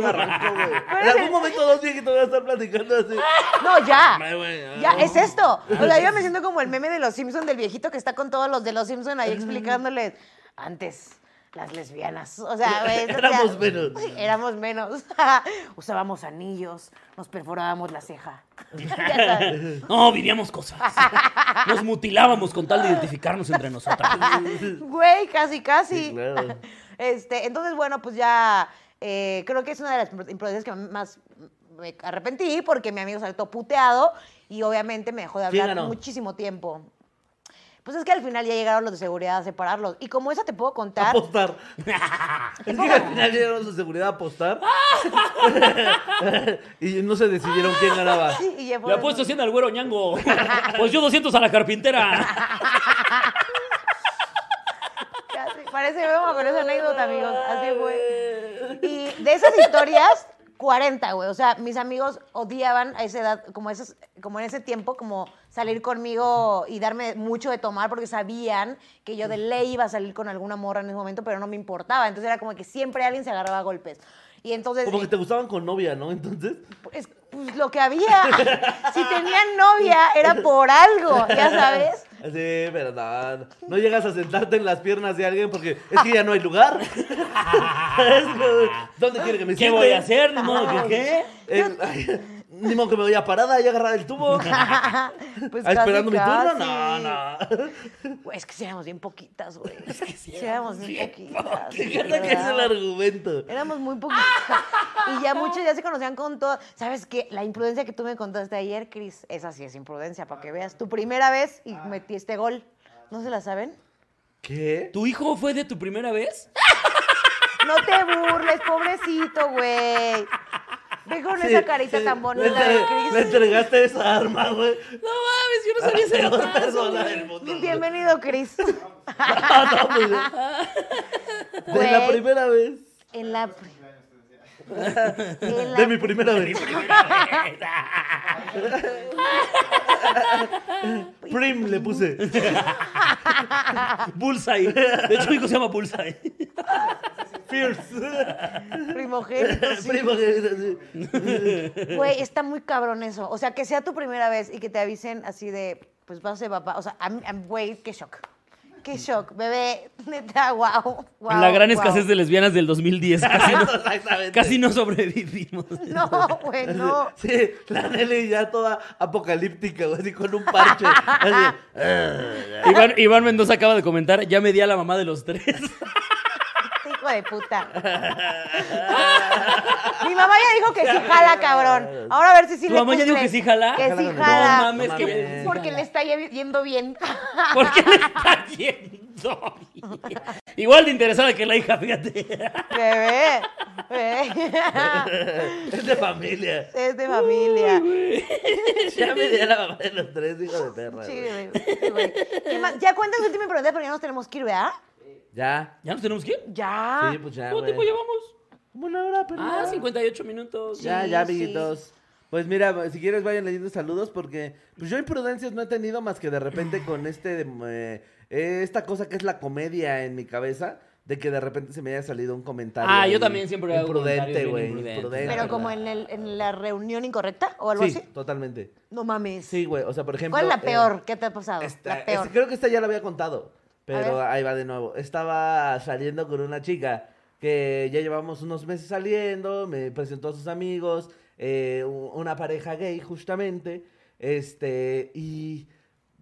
barranco, güey. En algún momento dos días que te voy a estar platicando así.
No, ya.
Ay, güey, ay,
Ya,
no.
es esto. O sea, yo me siento como el meme de los Simpsons, del viejito que está con todos los de los Simpsons
Mm.
ahí explicándoles. Antes, las lesbianas. O sea, güey, o sea,
Éramos menos.
uy, éramos menos. Usábamos anillos, nos perforábamos la ceja. Ya sabes.
No, vivíamos cosas. Nos mutilábamos con tal de identificarnos entre nosotras.
Güey, casi, casi.
Sí, claro.
Este, entonces, bueno, pues ya eh, creo que es una de las imprudencias que más me arrepentí porque mi amigo saltó puteado y obviamente me dejó de
¿Quién
hablar
ganó?
muchísimo tiempo. Pues es que al final ya llegaron los de seguridad a separarlos. Y como esa te puedo contar,
Apostar. Es que al final llegaron su seguridad a apostar. y no se decidieron quién ganaba.
sí, y ya
Le
fue-
apuesto 100 al güero ñango. Pues yo 200 a la carpintera.
Casi. Parece broma, pero es anécdota, amigos. Así fue. Y de esas historias, 40, güey. O sea, mis amigos odiaban a esa edad, como, esos, como en ese tiempo, como salir conmigo y darme mucho de tomar porque sabían que yo de ley iba a salir con alguna morra en ese momento, pero no me importaba. Entonces era como que siempre alguien se agarraba a golpes. Y entonces...
Como que te gustaban con novia, ¿no? Entonces.
Es pues, lo que había. Si tenían novia, era por algo, ya sabes.
Sí, verdad. No llegas a sentarte en las piernas de alguien porque es que ya no hay lugar. Es como, ¿Dónde quiere que me siente?
¿Qué voy a hacer? Ni modo que qué.
En- ay, ni modo que me voy a parada y agarrar el tubo.
Pues
Ah,
casi,
esperando mi turno.
casi.
No, no.
Güey, Es que sí éramos bien poquitas, güey. Es que sí
éramos
éramos bien
bien
poquitas.
Me
sí,
encanta que es el
¿verdad?
argumento.
Éramos muy poquitas. Y ya muchos ya se conocían con todo. ¿Sabes qué? La imprudencia que tú me contaste ayer, Cris, esa sí es imprudencia, para que veas. Tu primera vez
Ah.
y metiste gol. ¿No se la saben?
¿Qué?
¿Tu hijo fue de tu primera vez?
No te burles, pobrecito, güey. Ve con
Sí,
esa carita
sí.
tan
Le,
bonita
entre-
de
le
Cris.
entregaste esa arma, güey.
No mames, yo no sabía
La
ese
peor
detalle.
persona
güey.
del mundo.
Bienvenido, Cris.
De la
Güey.
primera vez.
En la... En la-
De mi primera vez. Prim le puse.
Bullseye. De hecho, mi hijo se llama Bullseye.
Fierce.
primogénito, sí.
Primo, sí, sí.
Güey, está muy cabrón eso. O sea, que sea tu primera vez y que te avisen así de, pues vas a ser papá. O sea, a mí- a- güey, qué shock. Qué shock, bebé. Neta, wow.
En la gran escasez de lesbianas del 2010. Casi no,
Exactamente.
casi no sobrevivimos.
No, güey, no.
Sí, la Nelly ya toda apocalíptica, güey, así con un parche. Así. "Ah,
Iván, Iván Mendoza acaba de comentar, ya me di a la mamá de los tres.
Este hijo de puta. Mi mamá ya dijo que sí jala, cabrón. Ahora a ver si sí
¿Tu
le
mamá ya dijo
cumple.
que sí jala?
Que sí
No
jala.
mames,
Porque-
qué-
Porque le está ye- yendo bien.
¿Por qué le está yendo? bien? Igual de interesada que la hija, fíjate.
Bebé. Bebé.
Es de familia.
Es de familia.
Ya me di a la mamá de los tres, hijo de perra.
Sí,
güey.
güey, sí, güey. ¿Qué más? Ya cuentas última pregunta, pero ya nos tenemos que ir, ¿verdad?
Ya.
¿Ya nos tenemos que ir?
Ya.
Sí, pues ya.
¿Cuánto
güey.
tiempo llevamos?
Como una hora perdida.
Ah, 58 minutos.
Ya,
Sí,
ya,
sí.
amiguitos. Pues mira, si quieres vayan leyendo saludos porque pues yo imprudencias no he tenido más que de repente con este eh, esta cosa que es la comedia en mi cabeza de que de repente se me haya salido un comentario.
Ah, yo
ahí
también siempre hago
imprudente,
comentarios bien
güey,
imprudentes,
imprudente.
la
Pero
verdad.
como en, el- en la reunión incorrecta o algo
sí,
así.
totalmente.
No mames.
Sí, güey, o sea, por ejemplo,
¿Cuál es la
eh,
peor? ¿Qué te ha pasado?
Esta- este
la peor.
es- creo que esta ya la había contado, pero
ver.
ahí va de nuevo. Estaba saliendo con una chica que ya llevamos unos meses saliendo, me presentó a sus amigos, eh, u- una pareja gay justamente, este, y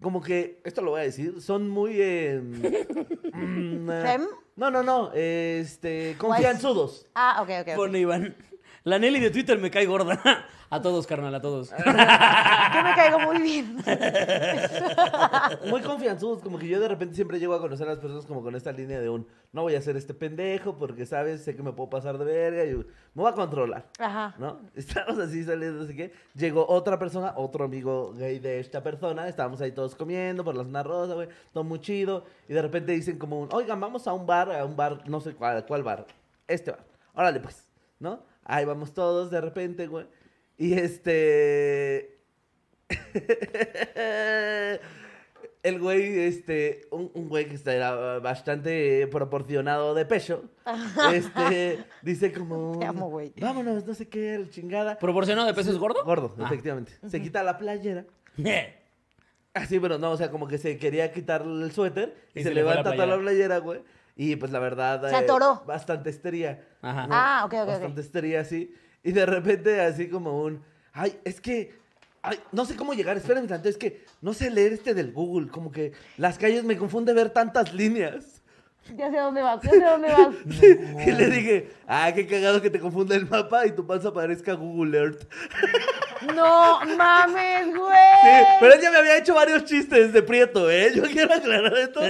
como que, esto lo voy a decir, son muy... eh, mm, eh,
¿Fem?
No, no, no, este, confianzudos.
Ah, ok, ok. ok.
Pone Iván. La Nelly de Twitter me cae gorda. A todos, carnal, a todos.
Yo me caigo muy bien.
Muy confianzudos, como que yo de repente siempre llego a conocer a las personas como con esta línea de un, no voy a ser este pendejo porque, ¿sabes? Sé que me puedo pasar de verga y me voy a controlar.
Ajá.
¿no? Estábamos así saliendo, así que llegó otra persona, otro amigo gay de esta persona, estábamos ahí todos comiendo por las narrosas, güey, todo muy chido, y de repente dicen como, un, oigan, vamos a un bar, a un bar, no sé cuál, cuál bar, este bar, órale pues, ¿no? Ahí vamos todos de repente, güey, y este... El güey, este, un, un güey que está- era bastante proporcionado de pecho, este, dice como...
Te amo, güey.
Vámonos, no sé qué, la chingada.
¿Proporcionado de peso es gordo?
Gordo,
Ah.
efectivamente. Se quita la playera. Así, pero no, o sea, como que se quería quitar el suéter y, se,
le fue la
levanta toda la
playera.
playera, güey. Y pues la verdad.
Se atoró.
bastante estería.
Ajá.
Ah, ok, ok, ok.
Bastante estería, así. Y de repente, así como un. Ay, es que. Ay, no sé cómo llegar, espérenme tanto. Es que no sé leer este del Google. Como que las calles me confunde ver tantas líneas.
Ya sé dónde vas, ya sé dónde vas.
Y le dije, ah, qué cagado que te confunda el mapa y tu panza parezca Google Earth.
No mames, güey.
Sí, pero ella me había hecho varios chistes de Prieto, ¿eh? Yo quiero aclarar esto.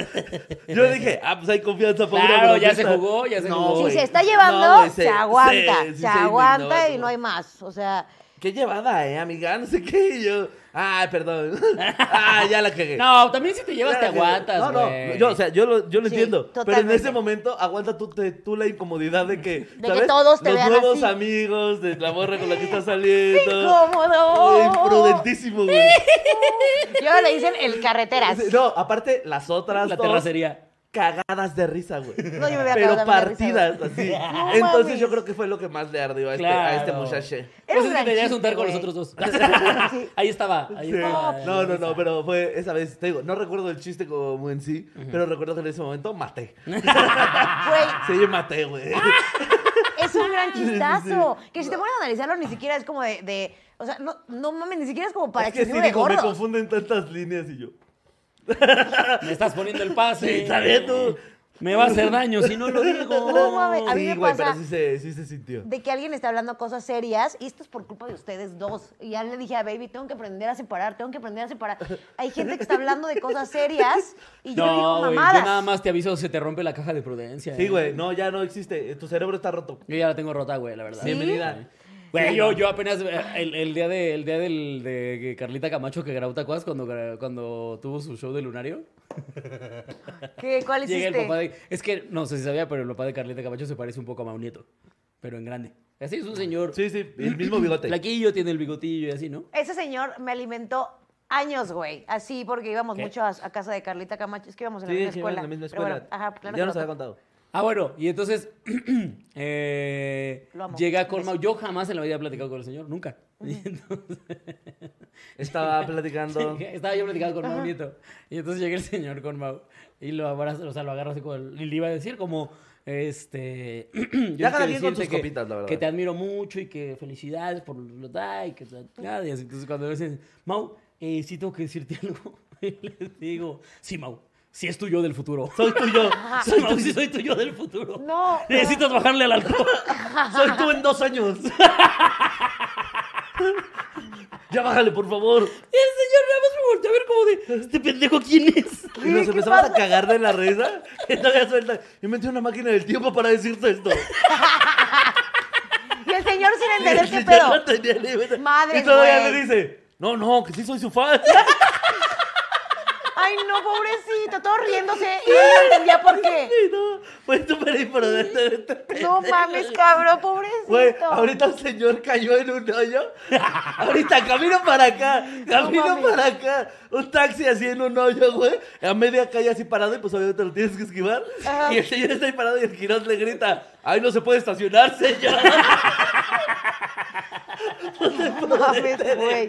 Yo dije, ah, pues hay confianza para una
Claro, ya
bromista.
se jugó, ya se jugó.
güey.
Si se está
No,
llevando,
güey,
se, aguanta,
sí,
se,
sí indignó,
aguanta y
como,
no hay más. O sea,
Qué llevada, ¿eh, amiga? No sé qué. Y yo, ay, perdón. ah, ya la cagué.
No, también si te llevas
Ya
te
la cagué.
aguantas,
No, no,
güey.
yo, o sea, yo lo, yo lo
Sí,
entiendo. Pero en
totalmente.
ese momento aguanta tú, te- tú la incomodidad de que,
que todos te
Los
vean
nuevos
así.
amigos de la morra con la que estás saliendo.
¡Incómodo!
Ay, Imprudentísimo, güey.
yo le dicen el carreteras.
No, aparte, las otras
La
dos
terracería.
cagadas de risa, güey.
No, yo me había
Pero
cagado también de
partidas
risa,
así.
güey. No
Entonces
mames.
yo creo que fue lo que más le ardió a este, a este
Claro.
muchacho.
Era
Pues
un
es que
gran
te debías
chiste,
juntar con
güey.
los otros dos. Ahí estaba. Ahí
Sí.
estaba.
No, no, no, pero fue esa vez, te digo, no recuerdo el chiste como en sí, pero recuerdo que en ese momento maté.
Güey,
Sí, yo maté, güey.
Ah, es un gran
sí,
chistazo. Que si te pones a analizarlo, ni siquiera es como de. de- o sea, no, no mames, ni siquiera es como para
Es que sí,
excesivo de
digo, me
gordos.
confunden tantas líneas y yo.
Me estás poniendo el pase.
Sí, sabía tú.
Me va a hacer daño si no lo
No
digo.
mames, a mí
Sí,
me
güey,
pasa-
pero sí se, sí se sintió.
de que alguien está hablando cosas serias y esto es por culpa de ustedes dos. Y ya le dije a Baby, tengo que aprender a separar, tengo que aprender a separar. Hay gente que está hablando de cosas serias y yo digo
No, güey, yo
mamadas.
nada más te aviso, se te rompe la caja de prudencia.
Sí,
eh.
güey, no, ya no existe. Tu cerebro está roto.
Yo ya la tengo rota, güey, la verdad.
¿Sí?
Bienvenida.
Güey, yo, yo apenas eh, el, el día de el día del, de Carlita Camacho que grabó Tacuas cuando, gra- cuando tuvo su show de Lunario,
¿Qué? ¿Cuál
llega
hiciste?
el papá de es que no sé si sabía, pero el papá de Carlita Camacho se parece un poco a Mau Nieto, pero en grande. Así
Ah.
es un señor.
Sí, sí, el mismo bigote.
Flaquillo, tiene el bigotillo y así, ¿no?
Ese señor me alimentó años, güey. Así, porque íbamos
¿Qué?
mucho a, a casa de Carlita Camacho. Es que íbamos en
Sí,
la misma
sí,
escuela.
en la misma
Pero
escuela.
bueno, ajá, claro
ya
que
nos
lo-
había contado.
Ah, bueno, y entonces eh,
Lo amo.
llega con Mau. Yo jamás en la vida he platicado con el señor, nunca. Y entonces-
Estaba platicando.
Estaba yo platicando con Mau Nieto. Y entonces llega el señor con Mau y lo abraza, o sea, lo agarra así como. Y le iba a decir como. Este. yo
Ya cada
quiero
quien con
decirte
sus
que-
copitas, la verdad.
Que te admiro mucho y que felicidades por lo da y que te- nada, y así. Entonces cuando le dicen, Mau, eh, sí tengo que decirte algo. Y les digo, sí, Mau, sí es tuyo del futuro.
Soy tuyo.
Sí, Mau, sí soy tuyo del futuro.
No.
Necesitas bajarle al alcohol.
Soy tú en dos años. ya bájale, por favor.
Y el señor nada más me volteó a ver como de, ¿este pendejo quién es?
Y nos
¿Qué
empezamos a
pasa?
cagar de la risa. Y todavía suelta. Inventé una máquina del tiempo para decirte esto.
Y el señor sin entender qué
Y
pedo.
ya no tenía ni idea.
Madre,
Y todavía
güey.
le dice, no, no, que sí soy su fan.
Ah, Ay, no, pobrecito, todos riéndose. Y ella no entendía por qué.
Ay, no, fue súper imprudente de este
No
pendejo.
mames, cabrón,
Güey,
pobrecito.
ahorita un señor cayó en un hoyo. ahorita camino para acá, camino
mames.
para acá. Un taxi así en un hoyo, güey. A media calle así parado y pues obviamente lo tienes que esquivar.
Ajá.
Y el señor está ahí parado y el girón le grita, ay, no se puede estacionar, señor.
No mames, güey.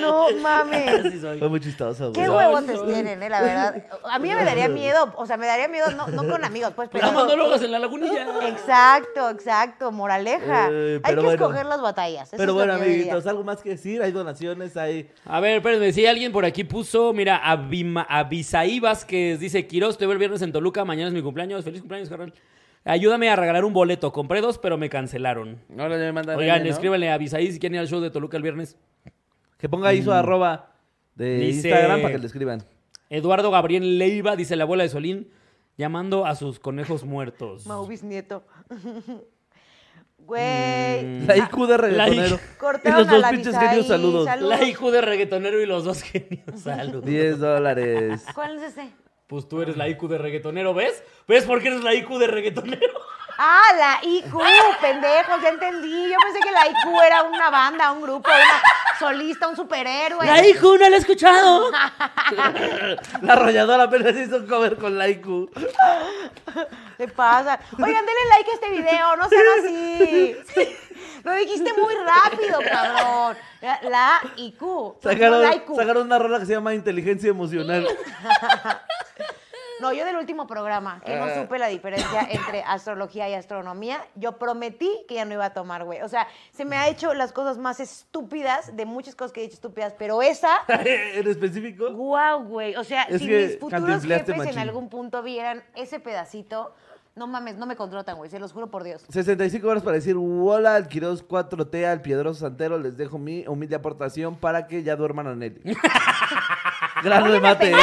No mames.
Así soy.
Fue muy chistoso, güey.
Qué
No,
huevotes
no.
tienen, eh, la verdad. A mí me daría miedo, o sea, me daría miedo, no, no con amigos, pues, pero...
Los monólogos en la lagunilla.
Exacto, exacto, moraleja.
Eh,
Hay
pero
que
bueno.
escoger las batallas. eso
Pero
es lo
bueno,
que yo diría.
amiguitos, algo más que decir, hay donaciones, hay...
A ver, espérenme, si alguien por aquí puso, mira, Abima, Abisaí Vázquez dice, Quiroz, te veo el viernes en Toluca, mañana es mi cumpleaños, feliz cumpleaños, carnal. Ayúdame a regalar un boleto, compré dos, pero me cancelaron.
Ahora me mandan...
Oigan, escríbanle a Abisaí si quieren ir al show de Toluca el viernes.
Que ponga ahí su arroba de
Dice-
Instagram para que le escriban.
Eduardo Gabriel Leiva, dice la abuela de Solín, llamando a sus conejos muertos.
Maubis Nieto. Güey.
Mm. La IQ de reggaetonero.
Cortaron
y los dos
a la
pinches
Abisaí,
genios, saludos.
saludos.
La hijo de reggaetonero y los dos genios. Saludos.
10 dólares.
¿Cuál es ese?
Pues tú eres la IQ de reggaetonero, ¿ves? ¿Ves por qué eres la IQ de reggaetonero?
Ah, la IQ, pendejos, ya entendí. Yo pensé que la IQ era una banda, un grupo, una solista, un superhéroe.
La IQ no la he escuchado.
La arrolladora apenas hizo un cover con la IQ.
¿Qué pasa? Oigan, denle like a este video, no sean así. Lo dijiste muy rápido, cabrón. La- La IQ.
Sacaron,
no, la IQ.
sacaron una rola que se llama Inteligencia Emocional.
No, yo del último programa, que
Ah.
no supe la diferencia entre astrología y astronomía, yo prometí que ya no iba a tomar, güey. O sea, se me ha hecho las cosas más estúpidas, de muchas cosas que he dicho estúpidas, pero esa...
en específico.
Guau, güey. O sea,
Es
si
que
mis futuros
cantinfleaste
jefes en
machín.
algún punto vieran ese pedacito, no mames, no me contratan, güey. Se los juro por Dios.
65 horas para decir, hola, al Quiroz 4T, al Piedroso Santero, les dejo mi humilde aportación para que ya duerman a Nelly. Gran remate, ¿eh?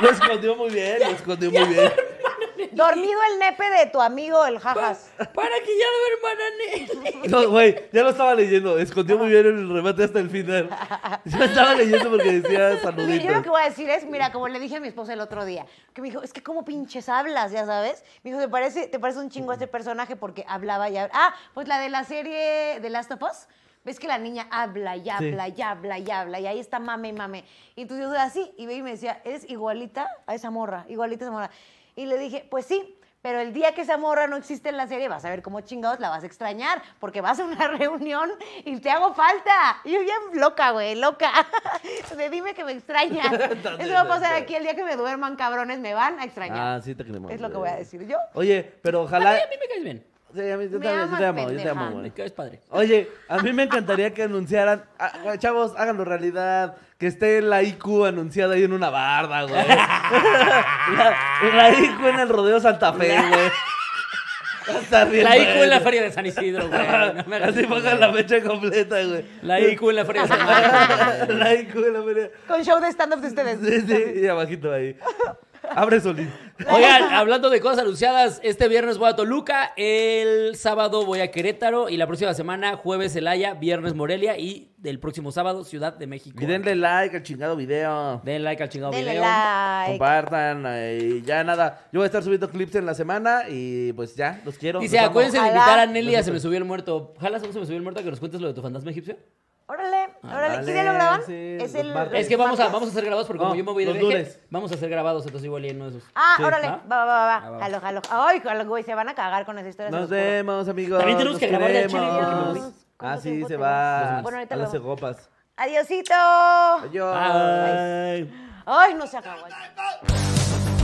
Lo escondió muy bien, lo escondió muy bien.
Dormido el nepe de tu amigo, el jajas.
Para que ya lo hermanan.
No, güey, ya lo estaba leyendo. Escondió muy bien el remate hasta el final. Yo estaba leyendo porque
Mira,
decía
Yo lo que
saluditos.
voy a decir es, mira, como le dije a mi esposa el otro día, que me dijo, es que cómo pinches hablas, ya sabes. Me dijo, ¿te parece, te parece un chingo este personaje porque hablaba y hab- Ah, pues la de la serie de Last of Us. Ves que la niña habla y habla y habla y habla y ahí está mame y mame. Y entonces yo soy así y ve y me decía, eres igualita a esa morra, igualita a esa morra. Y le dije, pues sí, pero el día que esa morra no existe en la serie, vas a ver cómo chingados la vas a extrañar, porque vas a una reunión y te hago falta. Y yo bien loca, güey, loca. Me dime que me extrañas. Eso va a pasar aquí el día que me duerman, cabrones, me van a extrañar.
Ah, sí te queremos.
es lo que voy a decir yo.
Oye, pero
A mí,
ojalá.
a mí me caes bien.
Sí, a mí- yo,
Me
te, yo te
amas,
amo, yo te amo,
pendeja.
güey.
Me caes padre.
Oye, a mí me encantaría que anunciaran, ah, güey, chavos, háganlo realidad, que esté la IQ anunciada ahí en una barda, güey. La, la IQ en el rodeo Santa Fe, güey. Hasta bien,
La IQ en la
bueno.
feria de San Isidro, güey. No me hagas
Así
eso,
pongan
güey.
la fecha completa, güey.
La IQ en la feria de San Isidro.
la IQ en la feria.
Con show de stand-up de ustedes.
Sí, sí, y abajito ahí. Abre solito.
Oigan, hablando de cosas anunciadas, este viernes voy a Toluca, el sábado voy a Querétaro y la próxima semana jueves Celaya, viernes Morelia y del próximo sábado Ciudad de México.
Y denle like al chingado video.
Den like al chingado
Denle
video.
like.
Compartan eh, y ya nada. Yo voy a estar subiendo clips en la semana y pues ya, los quiero.
Dice,
los amo.
acuérdense de
Ojalá.
invitar a Nelly a Se me subió el muerto. Ojalá solo se me subió el muerto a que nos cuentes lo de tu fantasma egipcio.
Órale, órale. ¿Quién
dale,
lo graban?
sí,
es
los
el...
martes.
Es que vamos a, vamos a hacer grabados porque
No,
como yo me voy de
los
viaje,
lunes.
vamos a hacer grabados, entonces igual y en uno de esos.
Ah,
Sí,
órale,
¿va?
va, va, va,
Ah,
va.
va, va.
Jalo, jalo. Ay, jalo, güey, se van a cagar con esa historia. se
Nos
los juro.
vemos, amigos.
También tenemos
nos
que grabarle al chile,
queremos.
porque me
voy.
Ah,
¿Cuánto
sí,
tiempo
se
tenemos?
va
Bueno, ahorita
a las
luego.
cegopas.
Adiosito.
Adiós.
Bye.
Ay, no se acabó.